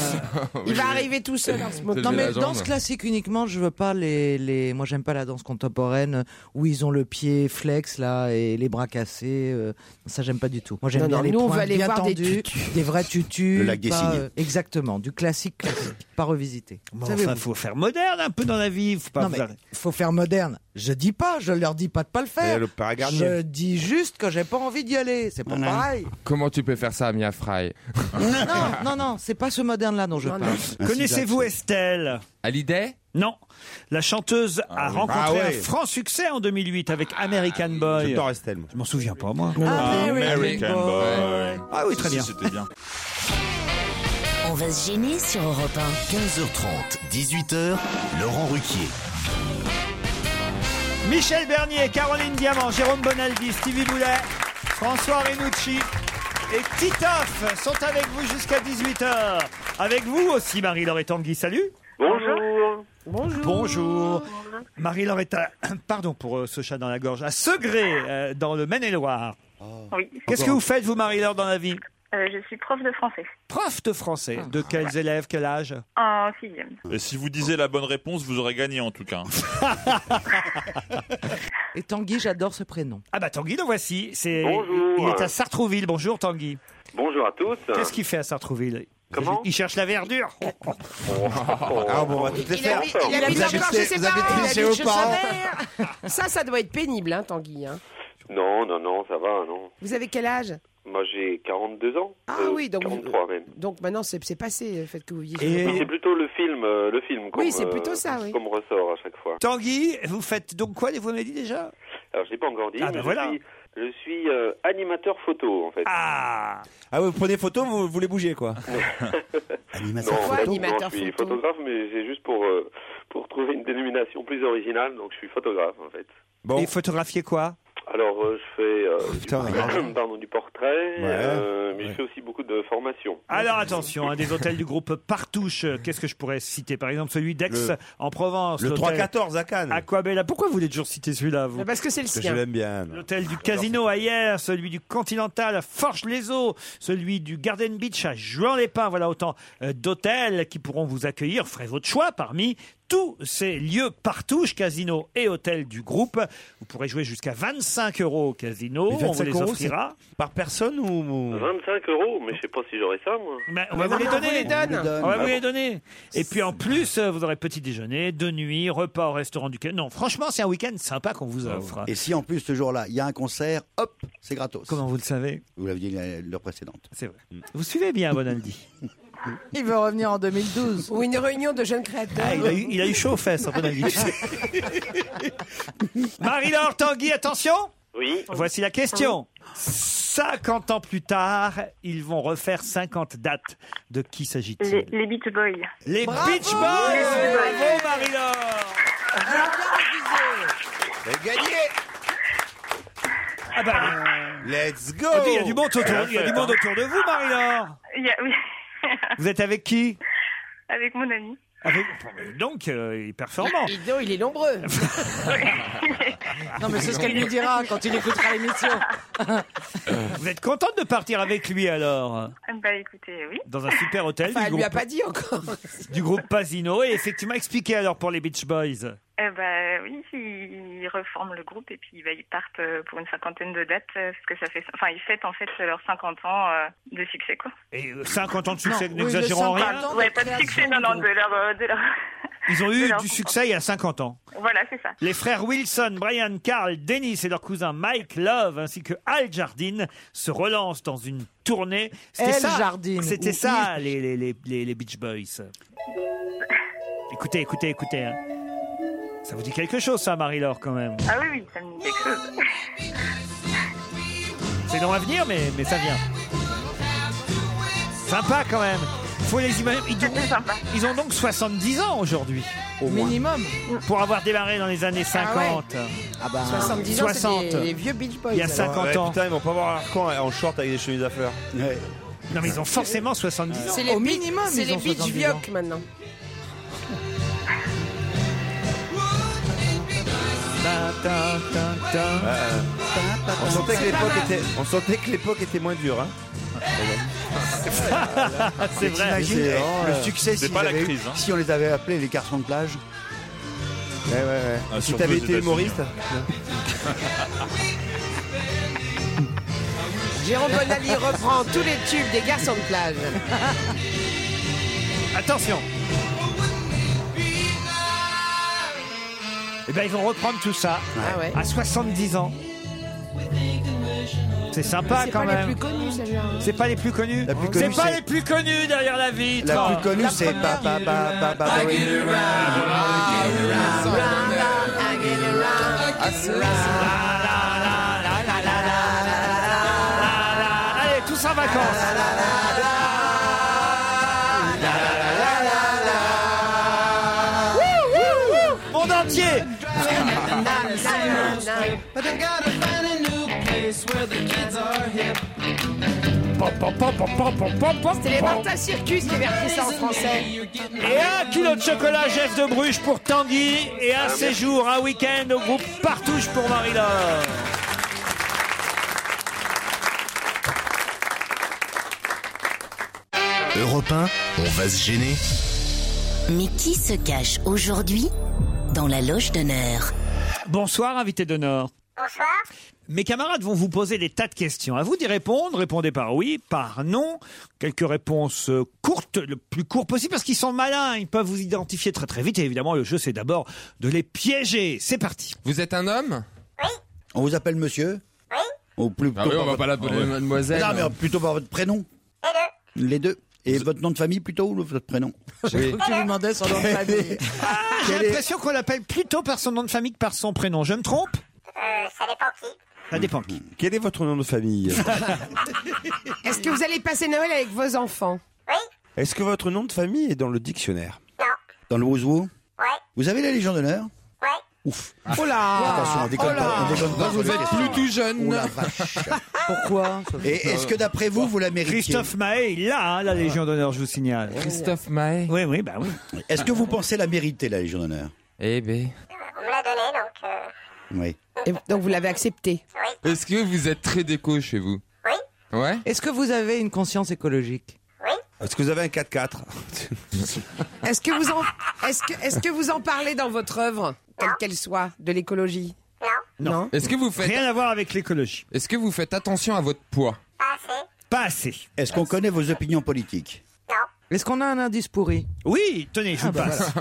Il va arriver tout seul en ce moment. Non mais danse classique uniquement, je veux pas les, les... moi j'aime pas la danse contemporaine euh, où ils ont le pied flex là et les bras cassés, euh, ça j'aime pas du tout. Moi j'aime Non, bien non, les nous, on pointes va aller bien voir des tendues, tutus. des vrais tutus, Le lac des pas, euh, cygnes. exactement, du classique classique, pas revisité. Bon, Savez-vous enfin, faut faire moderne un peu dans la vie. Faut pas Non, mais faire- faut faire moderne. Je dis pas, je leur dis pas de pas le Mais faire. l'Opéra Garnier. Je dis juste que j'ai pas envie d'y aller, c'est pas (laughs) pareil. Comment tu peux faire ça, Mia Fry (laughs) non, non, non, c'est pas ce moderne là dont je parle. Connaissez-vous Estelle Hallyday Non. La chanteuse a oui. rencontré Ah ouais. un franc succès en 2008 avec American Boy. J'adore Estelle, moi. Je m'en souviens pas, moi. American Boy. Ah oui, très Si, bien. C'était bien. On va se gêner sur Europe 15h30, 18h, Laurent Ruquier. Michel Bernier, Caroline Diamant, Jérôme Bonaldi, Stevie Boulet, François Renucci et Titoff sont avec vous jusqu'à 18h. Avec vous aussi, Marie-Laure et Tanguy. Salut. Bonjour. Bonjour. Bonjour. Marie-Laure est à, (coughs) pardon pour euh, ce chat dans la gorge, à Segré, euh, dans le Maine-et-Loire. Oui. Qu'est-ce que vous faites, vous, Marie-Laure, dans la vie Euh, Je suis prof de français Prof de français. Ah. De quels élèves, quel âge en sixième. Et Euh, si vous disiez la bonne réponse, vous aurez gagné en (laughs) tout cas. Et Tanguy, j'adore ce prénom. Ah bah Tanguy, le voici. C'est, Bonjour. Il est à Sartrouville. Bonjour Tanguy. Bonjour à tous. Qu'est-ce qu'il fait à Sartrouville Comment Oh. Il cherche la verdure. (laughs) Ah bon, on va toutes les Il faire. habite, il habite encore chez ses vous parents, habitez il habite chez vos chez parents. sa mère. (laughs) Ça, ça doit être pénible, hein, Tanguy. hein. Non, non, non, ça va, non. Vous avez quel âge Moi j'ai 42 ans. Ah Euh, oui, donc vous- 43 même. Donc maintenant, c'est c'est passé, le fait que vous viviez chez vos Oui, parents. c'est plutôt le film, euh, le film. Comme, Oui, c'est euh, plutôt ça, oui. Comme ressort à chaque fois. Tanguy, vous faites donc quoi, vous m'avez dit déjà Alors je l'ai pas encore dit. Ah, mais bah je voilà. suis, je suis, euh, animateur photo en fait. (laughs) Ah Ah, vous prenez photo, vous voulez bouger, quoi. Non, en fait, animateur non, je suis photo photographe, mais c'est juste pour euh, pour trouver une dénomination plus originale, donc je suis photographe en fait. Et photographiez quoi Alors, euh, je fais euh, du- Oh, putain, regarde. (coughs) pardon, du portrait, euh, mais je fais aussi beaucoup de formations. Alors attention, hein, des hôtels (coughs) du groupe Partouche, euh, qu'est-ce que je pourrais citer Par exemple celui d'Aix Le- en Provence. le l'hôtel 314 à Cannes. Aquabella. Pourquoi vous voulez toujours citer celui-là vous Mais Bah, parce que c'est le Parce que sien. je l'aime bien. L'hôtel du Casino à Hyères, celui du Continental à Forges-les-Eaux, celui du Garden Beach à Juan-les-Pins. Voilà autant euh, d'hôtels qui pourront vous accueillir. Ferez votre choix parmi tous ces lieux Partouche, Casino et hôtels du groupe. Vous pourrez jouer jusqu'à 25 euros au Casino. Mais On vous 25 les euros, offrira. Par personne ou 25 euros, mais je sais pas si j'aurai ça, moi. Ah, ben, on va vous les donner. On va vous les donner. Et puis en plus, euh, vous aurez petit déjeuner, deux nuits, repas au restaurant du Quai. Non, franchement, c'est un week-end sympa qu'on vous offre. Et si en plus ce jour-là, il y a un concert, hop, c'est gratos. Comment vous le savez Vous l'aviez dit la- l'heure précédente. C'est vrai. Vous suivez bien, Bonaldi Il veut revenir en 2012. Ou une réunion de jeunes créateurs. Ah, il, a eu, il a eu chaud aux fesses, à mon (laughs) avis. Ah Marie-Laure Tanguy, attention Oui. Voici la question. 50 ans plus tard, ils vont refaire 50 dates. De qui s'agit-il Les, les Beach Boys. Les Bravo Beach Boys Les Beach Boys. Bravo, Marie-Laure C'est gagné Ah bah, Let's go Ah, il y a du monde autour, il y a du monde autour de vous, Marie-Laure Il y a- oui, Vous êtes avec qui avec mon ami. Avec- Donc, euh, il est performant. Dis donc, il est (laughs) nombreux. non, mais c'est ce qu'elle lui dira quand il écoutera l'émission. Vous êtes contente de partir avec lui alors Bah écoutez, oui. Dans un super hôtel Enfin, du, elle lui groupe, a pas dit encore. du groupe Pasino. Et effectivement, expliquez alors pour les Beach Boys. Eh ben oui, ils reforment le groupe et puis bah, ils partent euh, pour une cinquantaine de dates euh, parce que ça fait, enfin ils fêtent en fait leurs 50 ans euh, de succès quoi. Et euh, 50 ans de succès, Non, n'exagérons rien. Pardon, ouais, pas de succès, non, non, de leur, euh, de leur... (laughs) Ils ont eu Alors- du succès il y a 50 ans. Voilà, c'est ça. Les frères Wilson, Brian, Carl, Dennis et leur cousin Mike Love ainsi que Al Jardine se relancent dans une tournée. C'était Al ça, Jardine, C'était ou ça il. les, les, les, les- les Beach Boys. Écoutez, écoutez, écoutez. hein. Ça vous dit quelque chose ça, Marie-Laure, quand même Ah oui, oui, ça me dit quelque chose. C'est long à venir, mais, mais ça vient. Sympa quand même. Faut les imaginer. Ils ont, ils ont donc 70 ans aujourd'hui. Au Minimum. Pour avoir démarré dans les années 50. Ah bah, 70 ans, c'est des- des vieux Beach Boys, Il y a alors. 50 Ouais, ans. Putain, ils vont pas voir Arcan en short avec des chemises à fleurs. Non, mais ils ont forcément 70 ans. C'est les Au bi- minimum, c'est ils les ont Beach 70 ans. Vioc maintenant. On sentait que l'époque était, on sentait que l'époque était moins (laughs) dure. Hein. Mais t'imagines, eh, euh, le succès c'est s'ils avaient eu- hein. si on les avait appelés les garçons de plage. Ouais, ouais, ouais. Ah, si surtout t'avais aux été États-Unis, humoriste. Jérôme (laughs) Bonali reprend tous les tubes des garçons de plage. (laughs) Attention Eh bien, ils vont reprendre tout ça Ah à 70 ans. C'est sympa C'est quand pas même. les plus connus, celle-là. C'est pas les plus connus. plus C'est connue, pas c'est- les plus connus derrière la vitre. La plus connue, c'est Papa, Papa, Papa. Allez, tous en vacances. Monde entier. But I gotta find a new place where the kids are hip. C'était les Martha Circus qui avaient repris ça en français. Et un kilo de chocolat Jeff de Bruges pour Tanguy et un Ah, merci. séjour, un week-end au groupe Partouche pour Marie-Laure. Europe 1, on va se gêner. Mais qui se cache aujourd'hui dans la loge d'honneur Bonsoir, invité d'honneur. Bonsoir. Mes camarades vont vous poser des tas de questions. À vous d'y répondre. Répondez par oui, par non. Quelques réponses euh, courtes, le plus court possible, parce qu'ils sont malins. Ils peuvent vous identifier très très vite. Et évidemment, le jeu, c'est d'abord de les piéger. C'est parti. Vous êtes un homme (laughs) On vous appelle monsieur Ou plus Ah oui, on va pas l'appeler mademoiselle. Non, mais plutôt par votre prénom. Les deux. Et votre nom de famille plutôt ou votre prénom J'ai cru que tu lui demandais son nom de famille. Ah, Ah, J'ai l'impression qu'on l'appelle plutôt par son nom de famille que par son prénom. Je me trompe Ça dépend qui. Mmh. Ah, Quel est votre nom de famille Est-ce que vous allez passer Noël avec vos enfants Est-ce que votre nom de famille est dans le dictionnaire Dans le Wouzou Vous avez la Légion d'honneur Ouf. Oh là Ah. Attention, on déconne Oh là pas. On déconne pas sur Vous les êtes questions. plus tout jeune. Oh la vache. Pourquoi Et est-ce que d'après vous, vous la méritez Christophe Mahé, il l'a, Ah. hein, la Légion d'honneur, je vous signale. Christophe Mahé Oui, oui, bah oui. Est-ce que vous pensez la mériter, la Légion d'honneur Eh ben. Oui. Et donc vous l'avez accepté Est-ce que vous êtes très déco chez vous Oui. Ouais Est-ce que vous avez une conscience écologique Est-ce que vous avez un (laughs) 4x4 Est-ce que, vous en... est-ce que, est-ce que vous en parlez dans votre œuvre, quelle qu'elle soit, de l'écologie Non. Est-ce que vous faites Rien à voir avec l'écologie. Est-ce que vous faites attention à votre poids Pas assez. Est-ce qu'on connaît vos opinions politiques Est-ce qu'on a un indice pourri Oui, tenez, Ah, je vous bah, passe.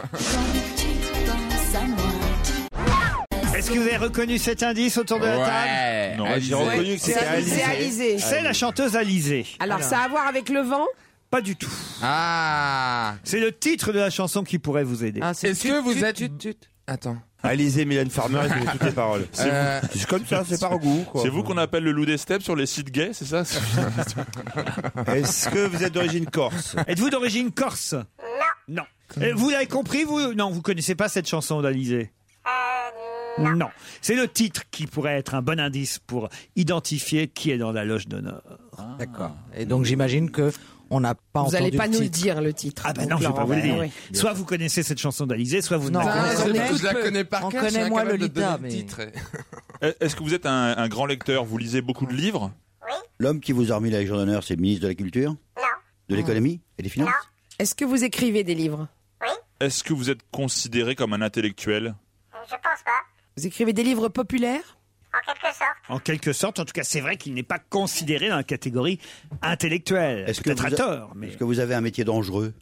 Est-ce que vous avez reconnu cet indice autour de la Ouais, table Non, j'ai Alizée. reconnu que c'était C'est Alizée. Alizée. C'est la chanteuse Alizée. Alors, ça a à voir avec le vent Pas du tout. Ah C'est le titre de la chanson qui pourrait vous aider. Est-ce que vous êtes. Attends. Alizé, Mylène Farmer, elle connaît toutes les paroles. C'est Euh, vous- C'est comme ça, c'est par goût. quoi. C'est vous qu'on appelle le loup des steppes sur les sites gays, c'est ça (laughs) Est-ce que vous êtes d'origine corse (laughs) Êtes-vous d'origine corse Non. Et vous l'avez compris, vous Non, vous connaissez pas cette chanson d'Alizé Euh, non. C'est le titre qui pourrait être un bon indice pour identifier qui est dans la loge d'honneur. Ah. D'accord. Et donc j'imagine que on n'a pas Vous entendu n'allez pas le nous le titre. dire, le titre. Ah ben Donc, non, je vais Laurent, pas vous le bah, dire. oui. Soit vous connaissez cette chanson d'Alizé, soit vous Non, ne la on connaissez connaît pas. tous Je la peu. connais par On cœur, connaît je suis moins incapable le de Ah, donner le Lolita, titre. Est-ce que vous êtes un, un grand lecteur Vous lisez beaucoup de livres L'homme qui vous a remis la Légion d'honneur, c'est le ministre de la Culture De l'économie Ah. Et des finances Est-ce que vous écrivez des livres Est-ce que vous êtes considéré comme un intellectuel Vous écrivez des livres populaires En quelque sorte, en tout cas, c'est vrai qu'il n'est pas considéré dans la catégorie intellectuelle. Est-ce que Peut-être vous à a- tort, mais... Est-ce que vous avez un métier dangereux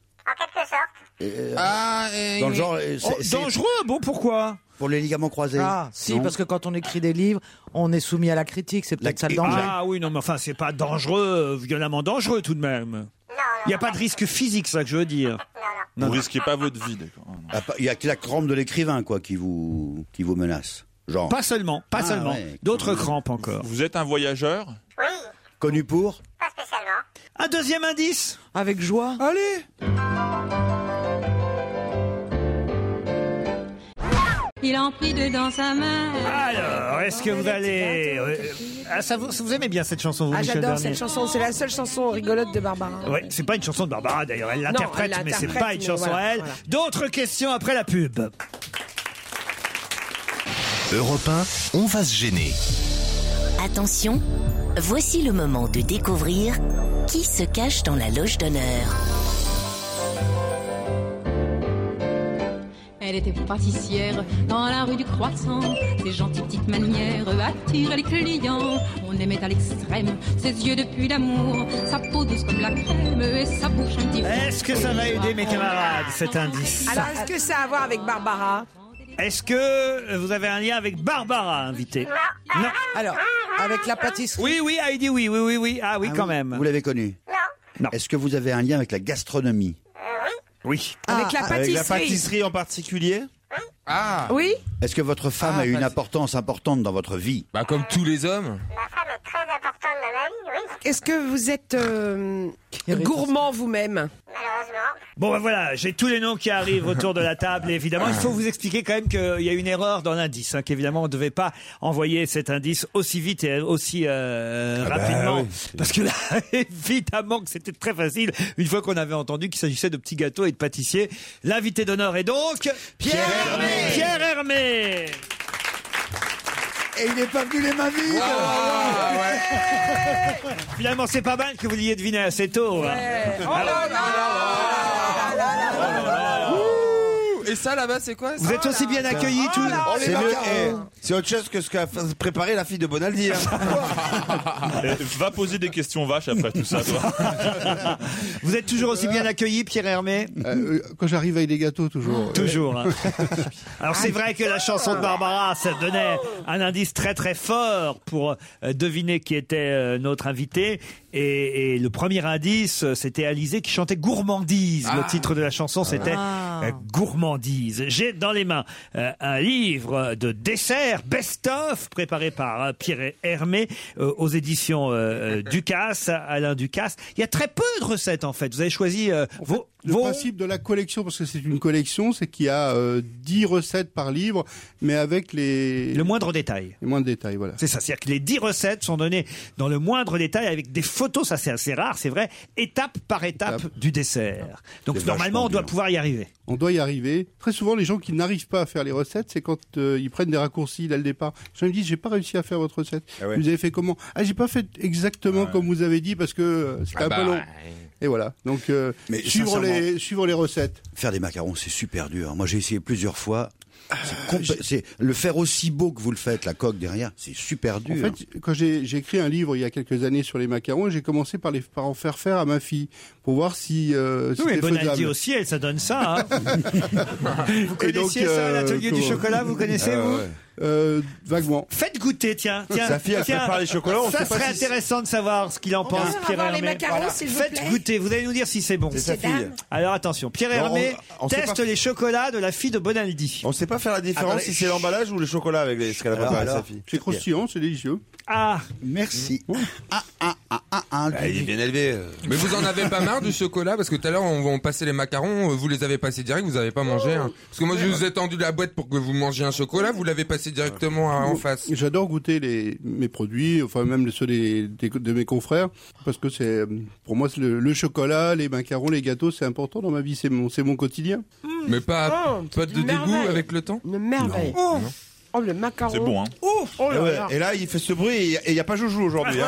Euh, Ah, Dans le genre, euh, Oh, c'est- c'est- Bon, pourquoi Pour les ligaments croisés. Ah, si, parce que quand on écrit des livres, on est soumis à la critique, c'est peut-être ça le danger. Ah oui, non, mais enfin, c'est pas dangereux, euh, violemment dangereux tout de même. Il n'y a pas de risque physique, c'est ça que je veux dire. Vous risquez pas votre vie, d'accord. Ah, pas- Il y a que la crampe de l'écrivain, quoi, qui vous, qui vous menace. Genre. Pas seulement, pas Ah, seulement. ouais. D'autres crampes encore. Vous êtes un voyageur Connu pour Un deuxième indice Avec joie. Allez Il en prit deux dans sa main. Alors, est-ce que vous allez... euh, Ah, ça vous, vous aimez bien cette chanson, vous, Ah, Michel j'adore Bernier cette chanson. C'est la seule chanson rigolote de Barbara. Ouais, c'est pas une chanson de Barbara d'ailleurs, elle Non, l'interprète, elle mais c'est l'interprète, pas une mais chanson voilà, à elle. voilà. D'autres questions après la pub. Europe 1, on va se gêner. Attention, voici le moment de découvrir qui se cache dans la loge d'honneur. Elle était pâtissière dans la rue du Croissant. Ses gentilles petites manières attiraient les clients. On aimait à l'extrême ses yeux depuis l'amour, sa peau douce comme la crème et sa bouche un petit peu. Est-ce que ça va aider mes camarades, cet indice Alors, est-ce que ça a à voir avec Barbara Est-ce que euh, vous avez un lien avec Barbara, invité Non. Alors, avec la pâtisserie Oui, oui, Heidi, oui, oui, oui, oui. Ah oui, quand même. Vous l'avez connu Non. Euh, Est-ce que vous avez un lien avec la gastronomie Ah, Oui. Avec la Avec la pâtisserie. Ah. Pâtisserie en particulier Ah Oui Est-ce que votre femme Ah, a eu bah, une importance importante dans votre vie Bah, comme tous les hommes. Est-ce que vous êtes euh, gourmand vous-même Bon, ben voilà, j'ai tous les noms qui arrivent autour de la table. Et évidemment, il faut vous expliquer quand même qu'il y a une erreur dans l'indice. hein, Qu'évidemment, on ne devait pas envoyer cet indice aussi vite et aussi euh, rapidement. Parce que là, (laughs) évidemment que c'était très facile. Une fois qu'on avait entendu qu'il s'agissait de petits gâteaux et de pâtissiers, l'invité d'honneur est donc... Pierre Hermé Pierre Hermé Et il n'est pas venu les mains vides (laughs) Finalement, c'est pas mal que vous l'ayez deviné assez tôt. hein. Et ça là-bas, c'est quoi Vous êtes aussi bien Ah, accueillis tous Oh, oh, C'est mieux- eh, c'est autre chose que ce qu'a préparé la fille de Bonaldi. (laughs) hein. Eh, Va poser des questions vaches après tout ça, (laughs) toi. Ah, Vous êtes toujours aussi bien accueilli, Pierre Hermé Euh, Quand j'arrive avec des gâteaux, toujours. euh, (laughs) Toujours. hein. Alors c'est vrai que la chanson de Barbara, ça donnait un indice très très fort pour euh, deviner qui était euh, notre invité. Et, et le premier indice, euh, c'était Alizé qui chantait Gourmandise. Le Ah. titre de la chanson, c'était Ah. euh, Gourmandise. J'ai dans les mains euh, un livre de dessert best-of préparé par euh, Pierre Hermé euh, aux éditions euh, euh, Ducasse, Alain Ducasse. Il y a très peu de recettes en fait. Vous avez choisi euh, vos... Le principe de la collection, parce que c'est une collection, c'est qu'il y a euh, 10 recettes par livre, mais avec les... Le moindre détail. Le moindre détail, voilà. C'est ça, c'est-à-dire que les 10 recettes sont données dans le moindre détail avec des photos, ça c'est assez rare, c'est vrai, étape par étape, du dessert. Donc C'est normalement on vachement doit pouvoir y arriver. On doit y arriver. Très souvent, les gens qui n'arrivent pas à faire les recettes, c'est quand euh, ils prennent des raccourcis dès le départ. Je me dis, j'ai pas réussi à faire votre recette. Ah ouais. Vous avez fait comment Ah, j'ai pas fait exactement comme vous avez dit parce que euh, c'était Ah un bah, peu long. Et voilà. Donc, euh, Mais suivre, sincèrement- les, suivre les recettes. Faire des macarons, c'est super dur. Moi, j'ai essayé plusieurs fois. Ah, C'est compl- c'est- le faire aussi beau que vous le faites, la coque derrière, c'est super dur. En fait, quand j'ai j'ai écrit un livre il y a quelques années sur les macarons, j'ai commencé par, les, par en faire faire à ma fille pour voir si euh, Oui, mais c'était Bonaldi faisable. aussi, elle, ça donne ça. (laughs) hein. vous Et connaissiez donc, ça, euh, l'atelier du comment- chocolat, vous connaissez, Ah, vous ouais. Euh, Vaguement. Faites goûter, tiens. tiens, Sa fille, elle tiens, prépare les chocolats, on Ça sait pas serait si c'est- intéressant de savoir ce qu'il en pense, veut Pierre avoir les Hermé. macarons, s'il vous Faites plaît. goûter, vous allez nous dire si c'est bon. C'est sa Monsieur fille. Dame. Alors attention, Pierre Non, Hermé on- on sait teste pas- les chocolats de la fille de Bonaldi. Ah bah, On sait pas faire la différence Attendez, si c'est l'emballage ou le chocolat avec les, ce qu'elle a Alors, préparé alors, sa fille. c'est croustillant, hein, c'est délicieux. Mmh. Ah Merci. Ah, ah, ah, ah, ah. Bah, il est bien élevé. euh. Mais vous en avez pas marre du chocolat parce que tout à l'heure on, on passait les macarons, euh, vous les avez passés direct, vous avez pas mangé. hein. Parce que moi je vous ai tendu la boîte pour que vous mangiez un chocolat, vous l'avez passé directement à- en face. J'adore goûter les, mes produits, enfin même ceux des, des- de mes confrères, parce que c'est pour moi c'est le, le chocolat, les macarons, les gâteaux, c'est important dans ma vie, c'est mon, c'est mon quotidien. Mais pas, pas de une dégoût Oh, merveille. avec le temps. Une merveille. Oh, oh, le macaron. C'est bon, hein. Oh, oh Et là Eh ouais, là. Et là, il fait ce bruit et il y a- et il n'y a, pas Joujou aujourd'hui. hein.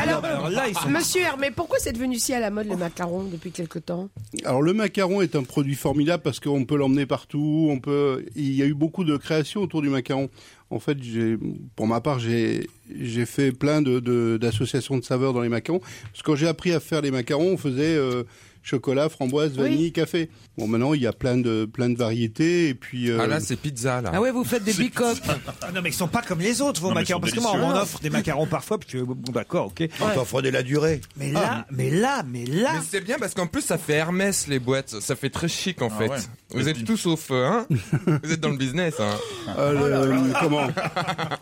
Alors, alors là, ils sont- Monsieur Hermé, pourquoi c'est devenu si à la mode le macaron depuis quelque temps Alors le macaron est un produit formidable parce qu'on peut l'emmener partout, on peut. Il y a eu beaucoup de créations autour du macaron. En fait, j'ai- pour ma part, j'ai j'ai fait plein de- de d'associations de, saveurs dans les macarons. Parce que quand j'ai appris à faire les macarons, on faisait euh, chocolat, framboise, vanille, café. Bon, maintenant il y a plein de plein de variétés et puis. euh, Ah là c'est pizza là. vous faites des bicoques. Ah non, mais ils sont pas comme les autres, vos Non, mais ils macarons. sont Parce que moi, on délicieux. m'en offre des macarons parfois, puis je- bon, d'accord, ok. On t'offre de la durée. Mais là, mais là, mais là. Mais c'est bien parce qu'en plus ça fait Hermès les boîtes, ça fait très chic en Ah fait. ouais. Vous êtes tous au feu, hein (laughs) Vous êtes dans le business, hein Ah, Euh, le- comment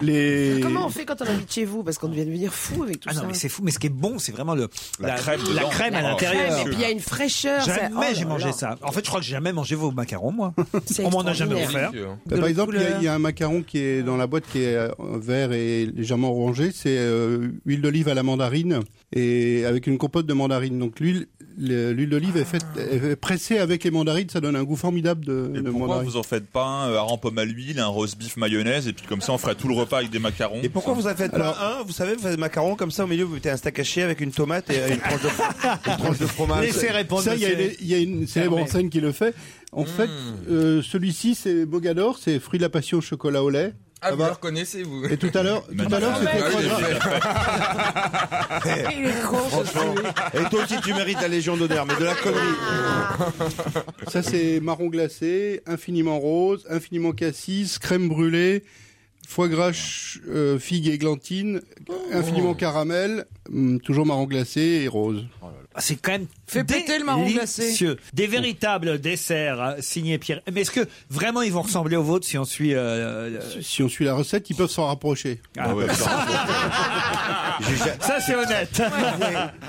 Les. Comment on fait quand on habite chez vous Parce qu'on devient devenir fou avec tout Ah ça. non, mais c'est fou, mais ce qui est bon, c'est vraiment le, la, crème la dedans. crème à Oh, l'intérieur. Et puis il y a une fraîcheur. ça- Jamais oh là j'ai là. mangé ça. En fait, je crois que j'ai jamais mangé vos macarons, (laughs) moi. On m'en a jamais offert. Bah, hein. par exemple, il y a- il y, a un macaron qui est dans la boîte qui est euh, vert et légèrement orangé. C'est euh, huile d'olive à la mandarine et avec une compote de mandarine. Donc l'huile, le- l'huile d'olive est faite est pressée avec les mandarines. Ça donne un goût formidable de, de Pourquoi mandarine. vous en faites pas un euh, hareng pomme à l'huile, un roast beef mayonnaise, et puis comme ça on ferait tout le repas avec des macarons Et (laughs) pourquoi vous en faites pas un Vous savez, vous faites des macarons comme ça au milieu, vous mettez un steak haché avec une tomate et une tranche de, (laughs) une tranche de fromage. Ça, il y a une- il y, a une célèbre Fermé. enseigne qui le fait. En Mmh. fait, euh, celui-ci, c'est Bogador, c'est fruit de la passion au chocolat au lait. Ah, Ça vous va le reconnaissez, vous bah Ah, Et tout à (laughs) l'heure, tout à l'heure, c'était foie gras. Il est con, ce Franchement. Et toi aussi, tu mérites la Légion d'honneur, mais de la connerie. Ça, c'est marron glacé, infiniment rose, infiniment cassis, crème brûlée, foie gras, ch- euh, figue églantine, Oh. infiniment caramel, hum, toujours marron glacé et rose. Ah, C'est quand même Fais péter le marron glacé. délicieux. Des véritables desserts hein, signés Pierre. Mais est-ce que vraiment ils vont ressembler aux vôtres si on suit euh, euh, Si on suit la recette, ils peuvent s'en rapprocher. Ah ouais. (laughs) ah, Ça c'est honnête.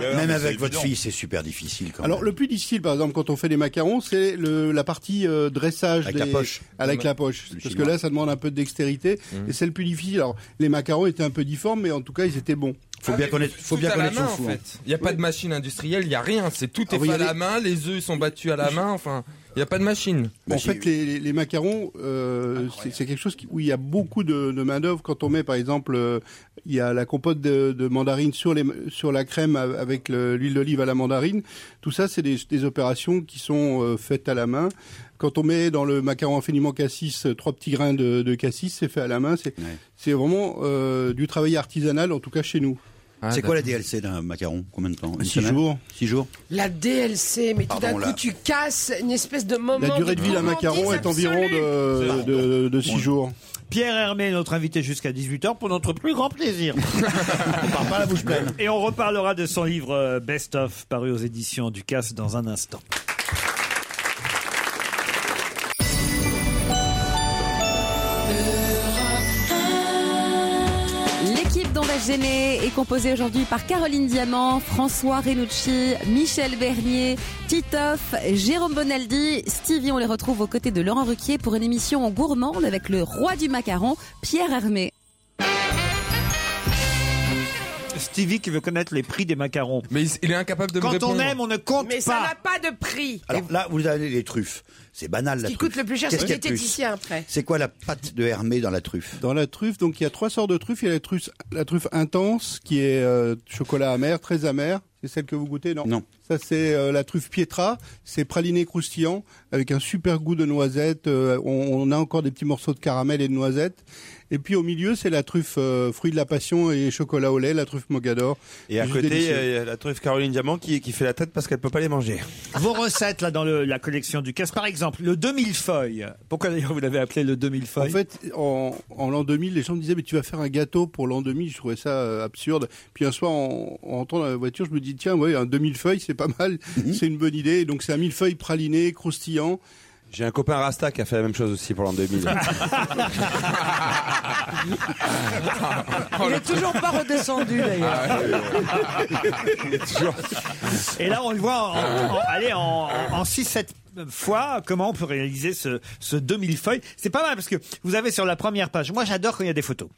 (laughs) Même avec votre fille, c'est super difficile quand même. Alors le plus difficile, par exemple, quand on fait les macarons, c'est le- la partie euh, dressage Avec des- la poche. avec Ouais. la poche, Le Mmh. parce que chinois. là, ça demande un peu de dextérité et c'est le plus difficile. Alors les macarons étaient un peu difformes, mais en tout cas, ils étaient bons. Faut bien connaître, faut Tout bien à la connaître son main, en four. fait. Il n'y a pas de machine industrielle, il n'y a rien. C'est tout Ah est oui, fait à y a la des- main, les œufs sont battus à la main. Enfin, il n'y a pas de machine. En fait, les, les- les macarons, euh, c'est c'est quelque chose qui- où il y a beaucoup de, de main d'œuvre. Quand on met, par exemple, euh, il y a la compote de, de mandarine sur, les, sur la crème a- avec le- l'huile d'olive à la mandarine. Tout ça, c'est des, des opérations qui sont euh, faites à la main. Quand on met dans le macaron infiniment cassis euh, trois petits grains de, de cassis, c'est fait à la main. C'est c'est vraiment euh, du travail artisanal, en tout cas chez nous. Ah, c'est quoi la DLC d'un macaron Combien de temps Une Six semaine jours. Six jours. La DLC, mais tout d'un Pardon, coup là. tu casses une espèce de moment. La durée de vie d'un macaron est gourmandise environ absolue. de, de, de six jours. Pierre Hermé, notre invité jusqu'à 18h pour notre plus grand (laughs) plaisir. on part pas la bouche pleine. Et on reparlera de son livre euh, Best of paru aux éditions Ducasse dans un instant. L'équipe d'On va Gêné est composé aujourd'hui par Caroline Diamant, François Renucci, Michel Bernier, Titoff, Jérôme Bonaldi, Stevie. On les retrouve aux côtés de Laurent Ruquier pour une émission gourmande avec le roi du macaron, Pierre Hermé. Stevie qui veut connaître les prix des macarons. Mais il est incapable de Quand on aime, on ne compte Mais ça pas. n'a pas de prix. Alors là, vous avez les truffes. C'est banal, la qui truffe. coûte le plus cher, Qu'est-ce c'est le qu'il y a de plus diététicien après. C'est quoi la pâte de Hermé dans la truffe Dans la truffe, donc il y a trois sortes de truffes. Il y a la truffe, la truffe intense qui est euh, chocolat amer, très amer. C'est celle que vous goûtez, non Non. Ça c'est euh, la truffe Pietra. C'est praliné croustillant avec un super goût de noisette. Euh, on, on a encore des petits morceaux de caramel et de noisette. Et puis au milieu, c'est la truffe euh, fruit de la passion et chocolat au lait, la truffe Mogador. Et à Juste côté, il y délicieux. euh, a- il y a la truffe Caroline Diamant qui, qui fait la tête parce qu'elle peut pas les manger. Vos recettes là dans le- la collection du casse, par exemple, le 2000 feuilles. Pourquoi d'ailleurs vous l'avez (laughs) appelé le 2000 feuilles En fait, en, en l'an 2000, les gens me disaient mais tu vas faire un gâteau pour l'an 2000. Je trouvais ça euh, absurde. Puis un soir, en, en rentrant dans la voiture, je me dis tiens, ouais, un 2000 feuilles, c'est pas mal, Mhm. c'est une bonne idée. Donc c'est un mille feuilles praliné, croustillant. J'ai un copain Rasta qui a fait la même chose aussi pour l'an 2000. Il est toujours pas redescendu d'ailleurs. Et là, on le voit en, en- allez, en, en 6-7 fois comment on peut réaliser ce, ce 2000 feuilles. C'est pas mal parce que vous avez sur la première page, moi j'adore quand il y a des photos.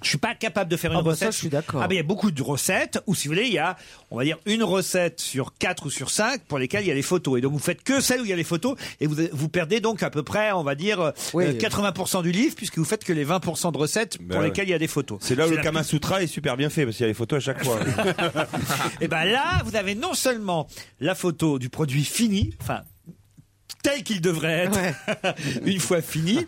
Je suis pas capable de faire une Ah bah ça, recette. je suis d'accord. Ah, mais il y a beaucoup de recettes, ou si vous voulez, il y a, on va dire, une recette sur quatre ou sur cinq pour lesquelles il y a les photos. Et donc vous faites que celle où il y a les photos, et vous, vous perdez donc à peu près, on va dire, euh, Oui. 80% du livre, puisque vous faites que les 20% de recettes pour Bah ouais. lesquelles il y a des photos. (laughs) C'est là où le la Kama Sutra est super bien fait parce qu'il y a les photos à chaque (laughs) fois. (laughs) et ben là, vous avez non seulement la photo du produit fini, enfin tel qu'il devrait être (laughs) une fois fini,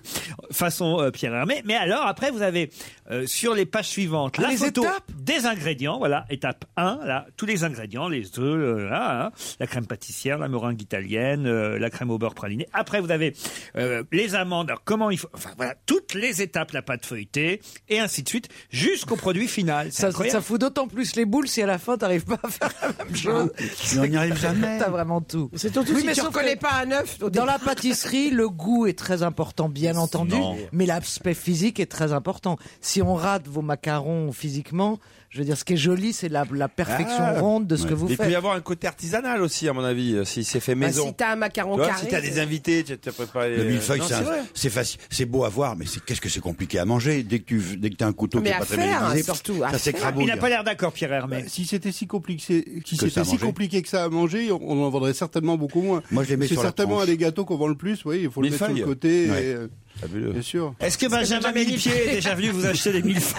façon euh, Pierre Hermé. Mais alors après, vous avez euh, sur les pages suivantes Ah, la les photo étapes des ingrédients. Voilà, étape 1, là, tous les ingrédients, les œufs, euh, là, hein, la crème pâtissière, la meringue italienne, euh, la crème au beurre praliné. Après, vous avez euh, les amandes. Alors comment il faut Enfin voilà, toutes les étapes, la pâte feuilletée et ainsi de suite, jusqu'au produit final. C'est Ça, incroyable. Ah, ça fout d'autant plus les boules si à la fin t'arrives pas à faire la même chose. Mais on n'y arrive jamais. T'as vraiment tout. C'est surtout oui, si mais tu sauf reconnais que pas un œuf. au Dans la départ. pâtisserie, le goût est très important, bien entendu, Non. mais l'aspect physique est très important. Si on rate vos macarons physiquement, je veux dire, ce qui est joli, c'est la, la perfection Ah. ronde de ce que Ouais. vous Il peut faites. y avoir un côté artisanal aussi, à mon avis, euh, si c'est fait Bah, maison. si t'as un macaron Tu vois, carré. Si t'as des invités, tu as préparé. Le millefeuille, euh, Non, c'est c'est un- vrai. c'est facile, c'est beau à voir, mais c'est qu'est-ce que c'est compliqué à manger dès que tu dès que t'as un couteau Mais qui est à pas très faire, hein, bien aiguisé, surtout, à ça s'écrabouille. Il n'a pas l'air d'accord, Pierre Hermé. Bah, Si c'était si compliqué, Que si ça c'était à si manger. compliqué que ça à manger, on on en vendrait certainement beaucoup moins. Moi, je les mets C'est sur la certainement tranche. un des gâteaux qu'on vend le plus. Oui, il faut le mettre sur le Millefeuille. côté. et, Ouais. euh, bien sûr. Est-ce que Benjamin Millepied est déjà venu vous acheter des mille (laughs)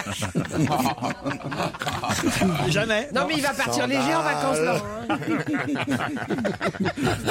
Jamais. Non, mais il va partir léger en vacances, Laurent.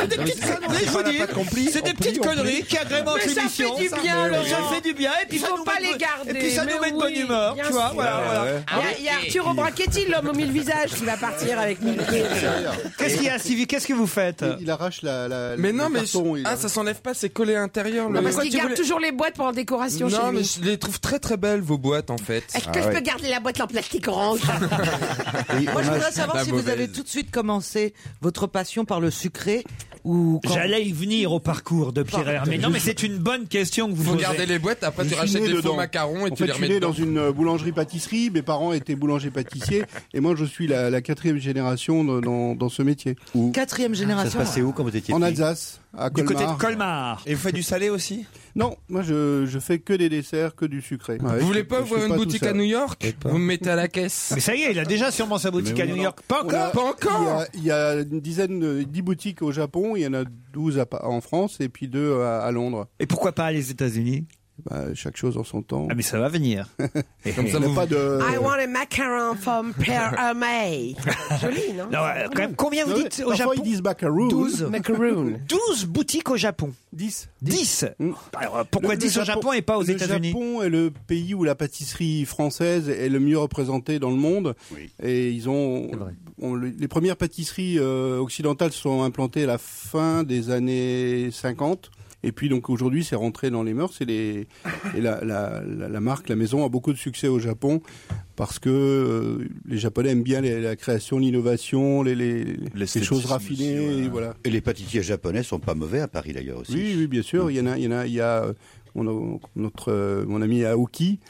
Des petites conneries, je vous dis. C'est des petites conneries qui agrémentent Mais ça l'émission. fait du bien, Laurent. Ça fait du bien. Et puis Il ça faut nous pas met de les bonne- garder. Et puis ça nous mais met de bonne oui, humeur. bien Tu vois, sûr. Ah, voilà, voilà. Il y a- Il y a Arturo Brachetti, l'homme au mille visages, qui va partir avec mille pieds. Ah, Qu'est-ce qu'il y a, Sylvie Qu'est-ce que vous faites Il, il arrache la. la Mais le non, mais carton, je- il ah, arrache- ça s'enlève pas, c'est collé à l'intérieur. Non, le- parce qu'il Tu garde voulais- toujours les boîtes pour en Ah, décoration Non, chez mais lui. je les trouve très très belles vos boîtes en fait. Est-ce Ah que je peux garder la boîte en plastique orange Moi, je voudrais savoir La si vous mauvaise. avez tout de suite commencé votre passion par le sucré ou. quand- J'allais y venir au parcours de Pierre Hermé. Non, mais c'est une bonne question que vous Faut posez. garder les boîtes, après Je tu suis rachètes né des faux dedans. macarons et en tu fait, les je suis remets né dans dedans. une euh, boulangerie-pâtisserie. Mes parents étaient boulangers-pâtissiers. et moi, je suis la, la quatrième génération de- dans, dans ce métier. Ah, Quatrième génération. quand vous En Alsace, à Du Colmar. côté de Colmar. Et vous faites du salé aussi Non, moi, je, je fais que des desserts, que du sucré. Ouais, vous voulez je- pas je ouvrir fais une tout boutique ça. à New York Vous me mettez à la caisse. Mais ça y est, il a déjà sûrement sa boutique Mais à oui, New non. York. Pas On a- encore. Il y, a, il y a une dizaine, de- dix boutiques au Japon, il y en a 12 à Pa- en France et puis deux à, à Londres. Et pourquoi pas les États-Unis bah, Chaque chose en son temps. Ah, mais ça va venir. Comme ça, on n'a pas Euh. de. I want a macaron from Pierre (laughs) Hermé. Joli, non Non, ouais, quand même, combien vous Ouais, dites au parfois, (laughs) Japon ils disent macaroon. 12. Macaroon. 12 boutiques au Japon. 10. 10. Alors, Euh, pourquoi Le- le 10 au Japon et pas aux le États-Unis Japon est le pays où la pâtisserie française est le mieux représentée dans le monde. Et ils ont, on- le- les premières pâtisseries euh, occidentales se sont implantées à la fin des années 50. Et puis donc aujourd'hui, c'est rentré dans les mœurs. Et, les, et la, la- la- la marque, la maison a beaucoup de succès au Japon parce que euh, les Japonais aiment bien les- la création, l'innovation, les, les- les choses raffinées. et voilà. Et les pâtissiers japonais sont pas mauvais à Paris d'ailleurs aussi. Oui, oui, bien sûr. Il y en a, il y en a, il y a on a- notre, euh, mon ami Aoki,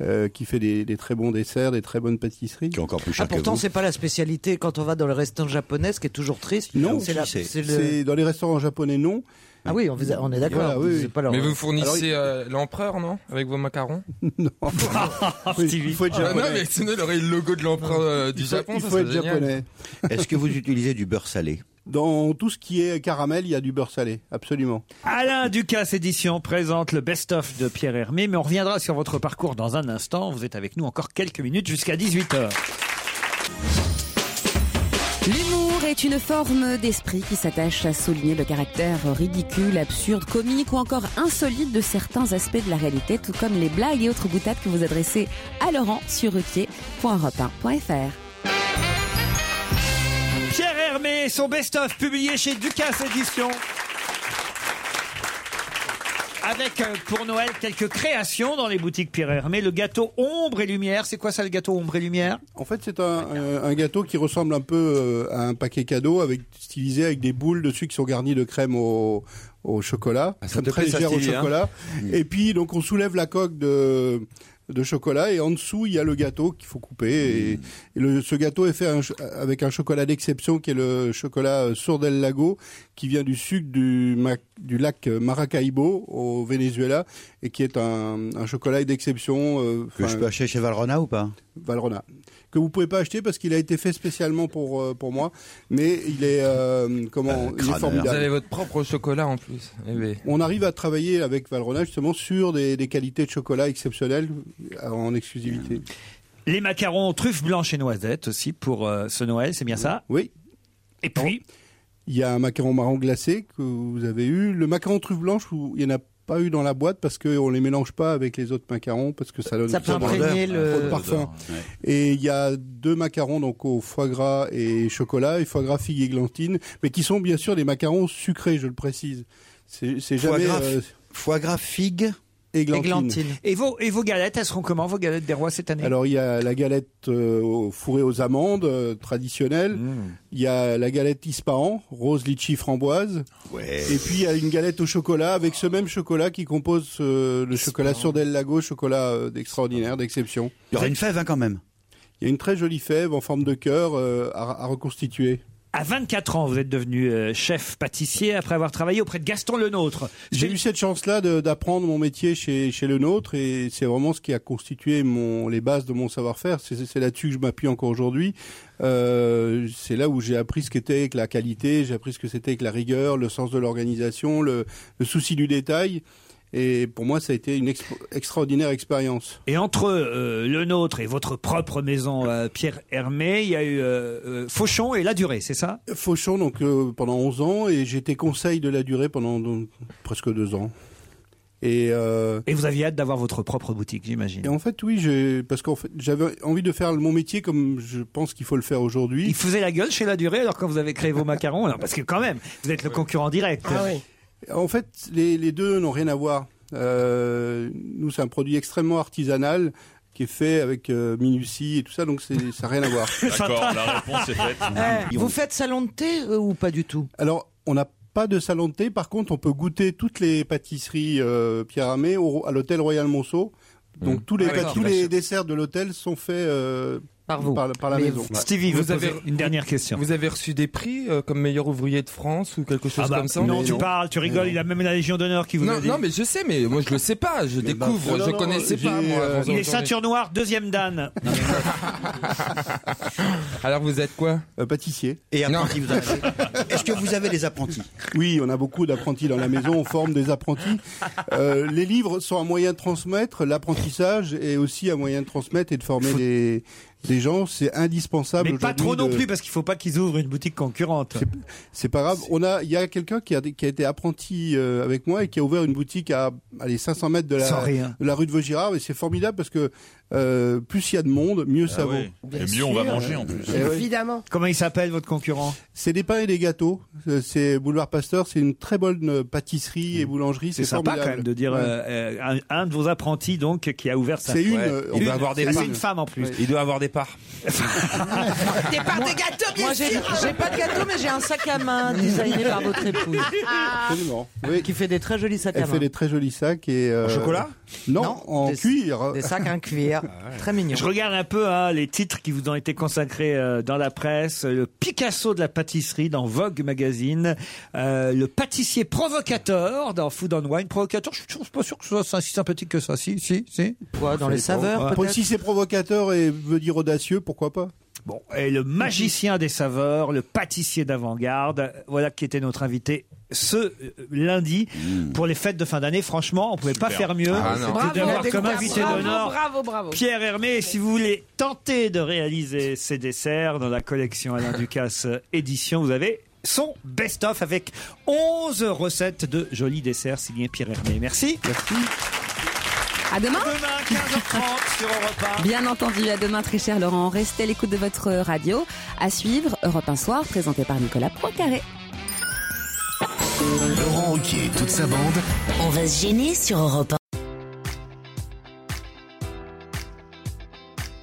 euh, qui fait des, des très bons desserts, des très bonnes pâtisseries. Qui est encore plus cher Ah, Pourtant, c'est pas la spécialité quand on va dans le restaurant japonais, ce qui est toujours triste. Non, c'est la- c'est le- c'est dans les restaurants japonais, non. Ah oui, on, vous a- on est d'accord. Voilà, oui, vous- oui. c'est pas leur- Alors, Mais vous euh, alors, fournissez il- euh, l'empereur, non Avec vos macarons (laughs) Non. (laughs) Il faut être Non, japonais. mais sinon, il aurait le logo de l'empereur euh, du Japon. ça serait génial. Est-ce (laughs) que vous utilisez du beurre salé Dans tout ce qui est caramel, il y a du beurre salé, absolument. Alain Ducasse Édition présente le best-of de Pierre Hermé, mais on reviendra sur votre parcours dans un instant. Vous êtes avec nous encore quelques minutes jusqu'à 18h. L'humour est une forme d'esprit qui s'attache à souligner le caractère ridicule, absurde, comique ou encore insolite de certains aspects de la réalité, tout comme les blagues et autres boutades que vous adressez à Laurent sur ruquier.europe1.fr. Pierre Hermé, son best-of publié chez Ducasse Édition. Avec euh, pour Noël quelques créations dans les boutiques Pierre Hermé. Le gâteau Ombre et Lumière, c'est quoi ça le gâteau Ombre et Lumière En fait, c'est un, un- un gâteau qui ressemble un peu euh, à un paquet cadeau, avec, stylisé avec des boules dessus qui sont garnies de crème au, au chocolat, ça crème te très plaît, ça, légère au Stevie, hein chocolat. Mmh. Et puis, donc, on soulève la coque de de chocolat et en dessous il y a le gâteau qu'il faut couper et, et le, ce gâteau est fait un ch- avec un chocolat d'exception qui est le chocolat euh, Sourdel Lago qui vient du sud du, ma- du lac euh, Maracaibo au Venezuela et qui est un, un chocolat d'exception euh, Que je enfin, peux acheter chez Valrona ou pas Valrona, que vous pouvez pas acheter parce qu'il a été fait spécialement pour euh, pour moi, mais il est euh, comment il est Vous avez formidable. votre propre chocolat en plus. Eh ben. On arrive à travailler avec Valrona justement sur des, des qualités de chocolat exceptionnelles euh, en exclusivité. Les macarons truffes blanches et noisettes aussi pour euh, ce Noël, c'est bien ça Oui. Et puis Il y a un macaron marron glacé que vous avez eu, le macaron truffe blanche où il y en a pas eu dans la boîte parce qu'on les mélange pas avec les autres macarons parce que ça donne Ça peut trop d'odeur, imprégner le- trop de parfum. l'odeur, Et il y a deux macarons donc au foie gras et chocolat et foie gras figue et glantine, mais qui sont bien sûr des macarons sucrés, je le précise. C'est c'est Foie jamais euh, gras- foie gras figue et glantine. Et vos, et vos galettes, elles seront comment, vos galettes des rois cette année Alors il y a la galette euh, au- fourrée aux amandes euh, traditionnelle, Mmh. il y a la galette Ispahan, rose litchi framboise, et puis il y a une galette au chocolat avec ce même chocolat qui compose euh, le chocolat sur Del Lago, chocolat euh, d'extraordinaire, d'exception. Il y aura une fève hein, quand même. Il y a une très jolie fève en forme de cœur euh, à, à reconstituer. À 24 ans, vous êtes devenu euh, chef pâtissier après avoir travaillé auprès de Gaston Lenôtre. J'ai eu cette chance-là de- d'apprendre mon métier chez, chez le nôtre et c'est vraiment ce qui a constitué mon, les bases de mon savoir-faire. C'est c'est là-dessus que je m'appuie encore aujourd'hui. Euh, c'est là où j'ai appris ce qu'était que la qualité, j'ai appris ce que c'était que la rigueur, le sens de l'organisation, le, le souci du détail. Et pour moi, ça a été une expo- extraordinaire expérience. Et entre euh, le nôtre et votre propre maison euh, Pierre Hermé, il y a eu euh, euh, Fauchon et La Durée, c'est ça Fauchon, donc euh, pendant 11 ans, et j'étais conseil de la durée pendant donc, presque deux ans. Et, euh, et vous aviez hâte d'avoir votre propre boutique, j'imagine. Et en fait, oui, j'ai- parce qu'en fait, j'avais envie de faire mon métier comme je pense qu'il faut le faire aujourd'hui. Il faisait la gueule chez La Durée alors quand vous avez créé vos macarons, alors, parce que quand même, vous êtes le concurrent direct. Ah En fait, les, les deux n'ont rien à voir. Euh, nous, c'est un produit extrêmement artisanal qui est fait avec euh, minutie et tout ça, donc c'est- ça n'a rien à voir. D'accord, la réponse (laughs) est faite. Eh, vous faites salon de thé euh, ou pas du tout Alors, on n'a pas de salon de thé. Par contre, on peut goûter toutes les pâtisseries euh, Pierre Hamé au- à l'hôtel Royal Monceau. Donc, Mmh. tous les, Ah, d'accord. tous les desserts de l'hôtel sont faits euh, par vous. par, la Mais maison. vous- Stevie, vous avez une dernière question. Vous avez reçu des prix euh, comme meilleur ouvrier de France ou quelque chose Ah bah, comme ça non, tu parles, tu rigoles, il a même la Légion d'honneur qui vous non, l'a dit. non, mais je sais, mais moi je le sais pas, je Bah, découvre, Non, non, je non, connaissais j'ai, pas. Moi, euh, avant il est aujourd'hui. ceinture noire, deuxième dan. (laughs) Alors vous êtes quoi Euh, Pâtissier. Et Non. apprenti, vous en avez (laughs) Est-ce que vous avez des apprentis Oui, on a beaucoup d'apprentis dans la maison, on forme des apprentis. Euh, les livres sont un moyen de transmettre, l'apprentissage est aussi un moyen de transmettre et de former des, des gens, c'est indispensable. Mais pas aujourd'hui trop non de- plus, parce qu'il faut pas qu'ils ouvrent une boutique concurrente. C'est pas grave, on a, il y a quelqu'un qui a, qui a été apprenti euh, avec moi et qui a ouvert une boutique à allez, 500 mètres de la, Sans rien. de la rue de Vaugirard et c'est formidable parce que euh, plus il y a de monde, mieux ça vaut. Ah oui. Et mieux on va manger, en plus. Eh oui. Évidemment. Comment il s'appelle votre concurrent C'est des pains et des gâteaux. C'est- C'est Boulevard Pasteur, c'est une très bonne euh, pâtisserie et boulangerie. (laughs) Mmh. C'est sympa formidable. quand même de dire Ouais. euh, euh, un, un de vos apprentis donc qui a ouvert sa. C'est une, Ouais. euh, Il doit avoir des Ah, parts. C'est une femme en plus. Ouais. Il doit avoir des parts. T'es par des gâteaux, bien Moi, j'ai sûr j'ai pas de gâteau, mais j'ai un sac à main designé par votre épouse. Absolument. Qui fait des très jolis sacs Elle à main. fait des très jolis sacs et euh, En chocolat Non, Non, en des- cuir. Ah, des sacs en cuir. Très mignon. Je regarde un peu hein, les titres qui vous ont été consacrés euh, dans la presse. Le Picasso de la pâtisserie dans Vogue Magazine. Euh, le pâtissier provocateur dans Food and Wine. Provocateur, je ne suis pas sûr que ce soit si sympathique que ça. Si, si, si. Pour- Ah. Si c'est provocateur et veut dire audacieux, pourquoi pas Bon, et le magicien des saveurs, le pâtissier d'avant-garde, voilà qui était notre invité ce euh, lundi pour les fêtes de fin d'année. Franchement, on pouvait pas faire mieux Mmh. Ah, non. que d'avoir comme invité bravo, d'honneur bravo, bravo. Pierre Hermé. Et Si vous voulez tenter de réaliser ces desserts dans la collection Alain Ducasse (laughs) euh, édition, vous avez son best-of avec 11 recettes de jolis desserts signés Pierre Hermé. Merci. Merci. À demain. sur Europe Bien entendu, à demain, très cher Laurent. Restez à l'écoute de votre radio. À suivre, Europe 1 Soir, présenté par Nicolas Poincaré. Laurent Ruquier et toute sa bande. On va se gêner sur Europe 1.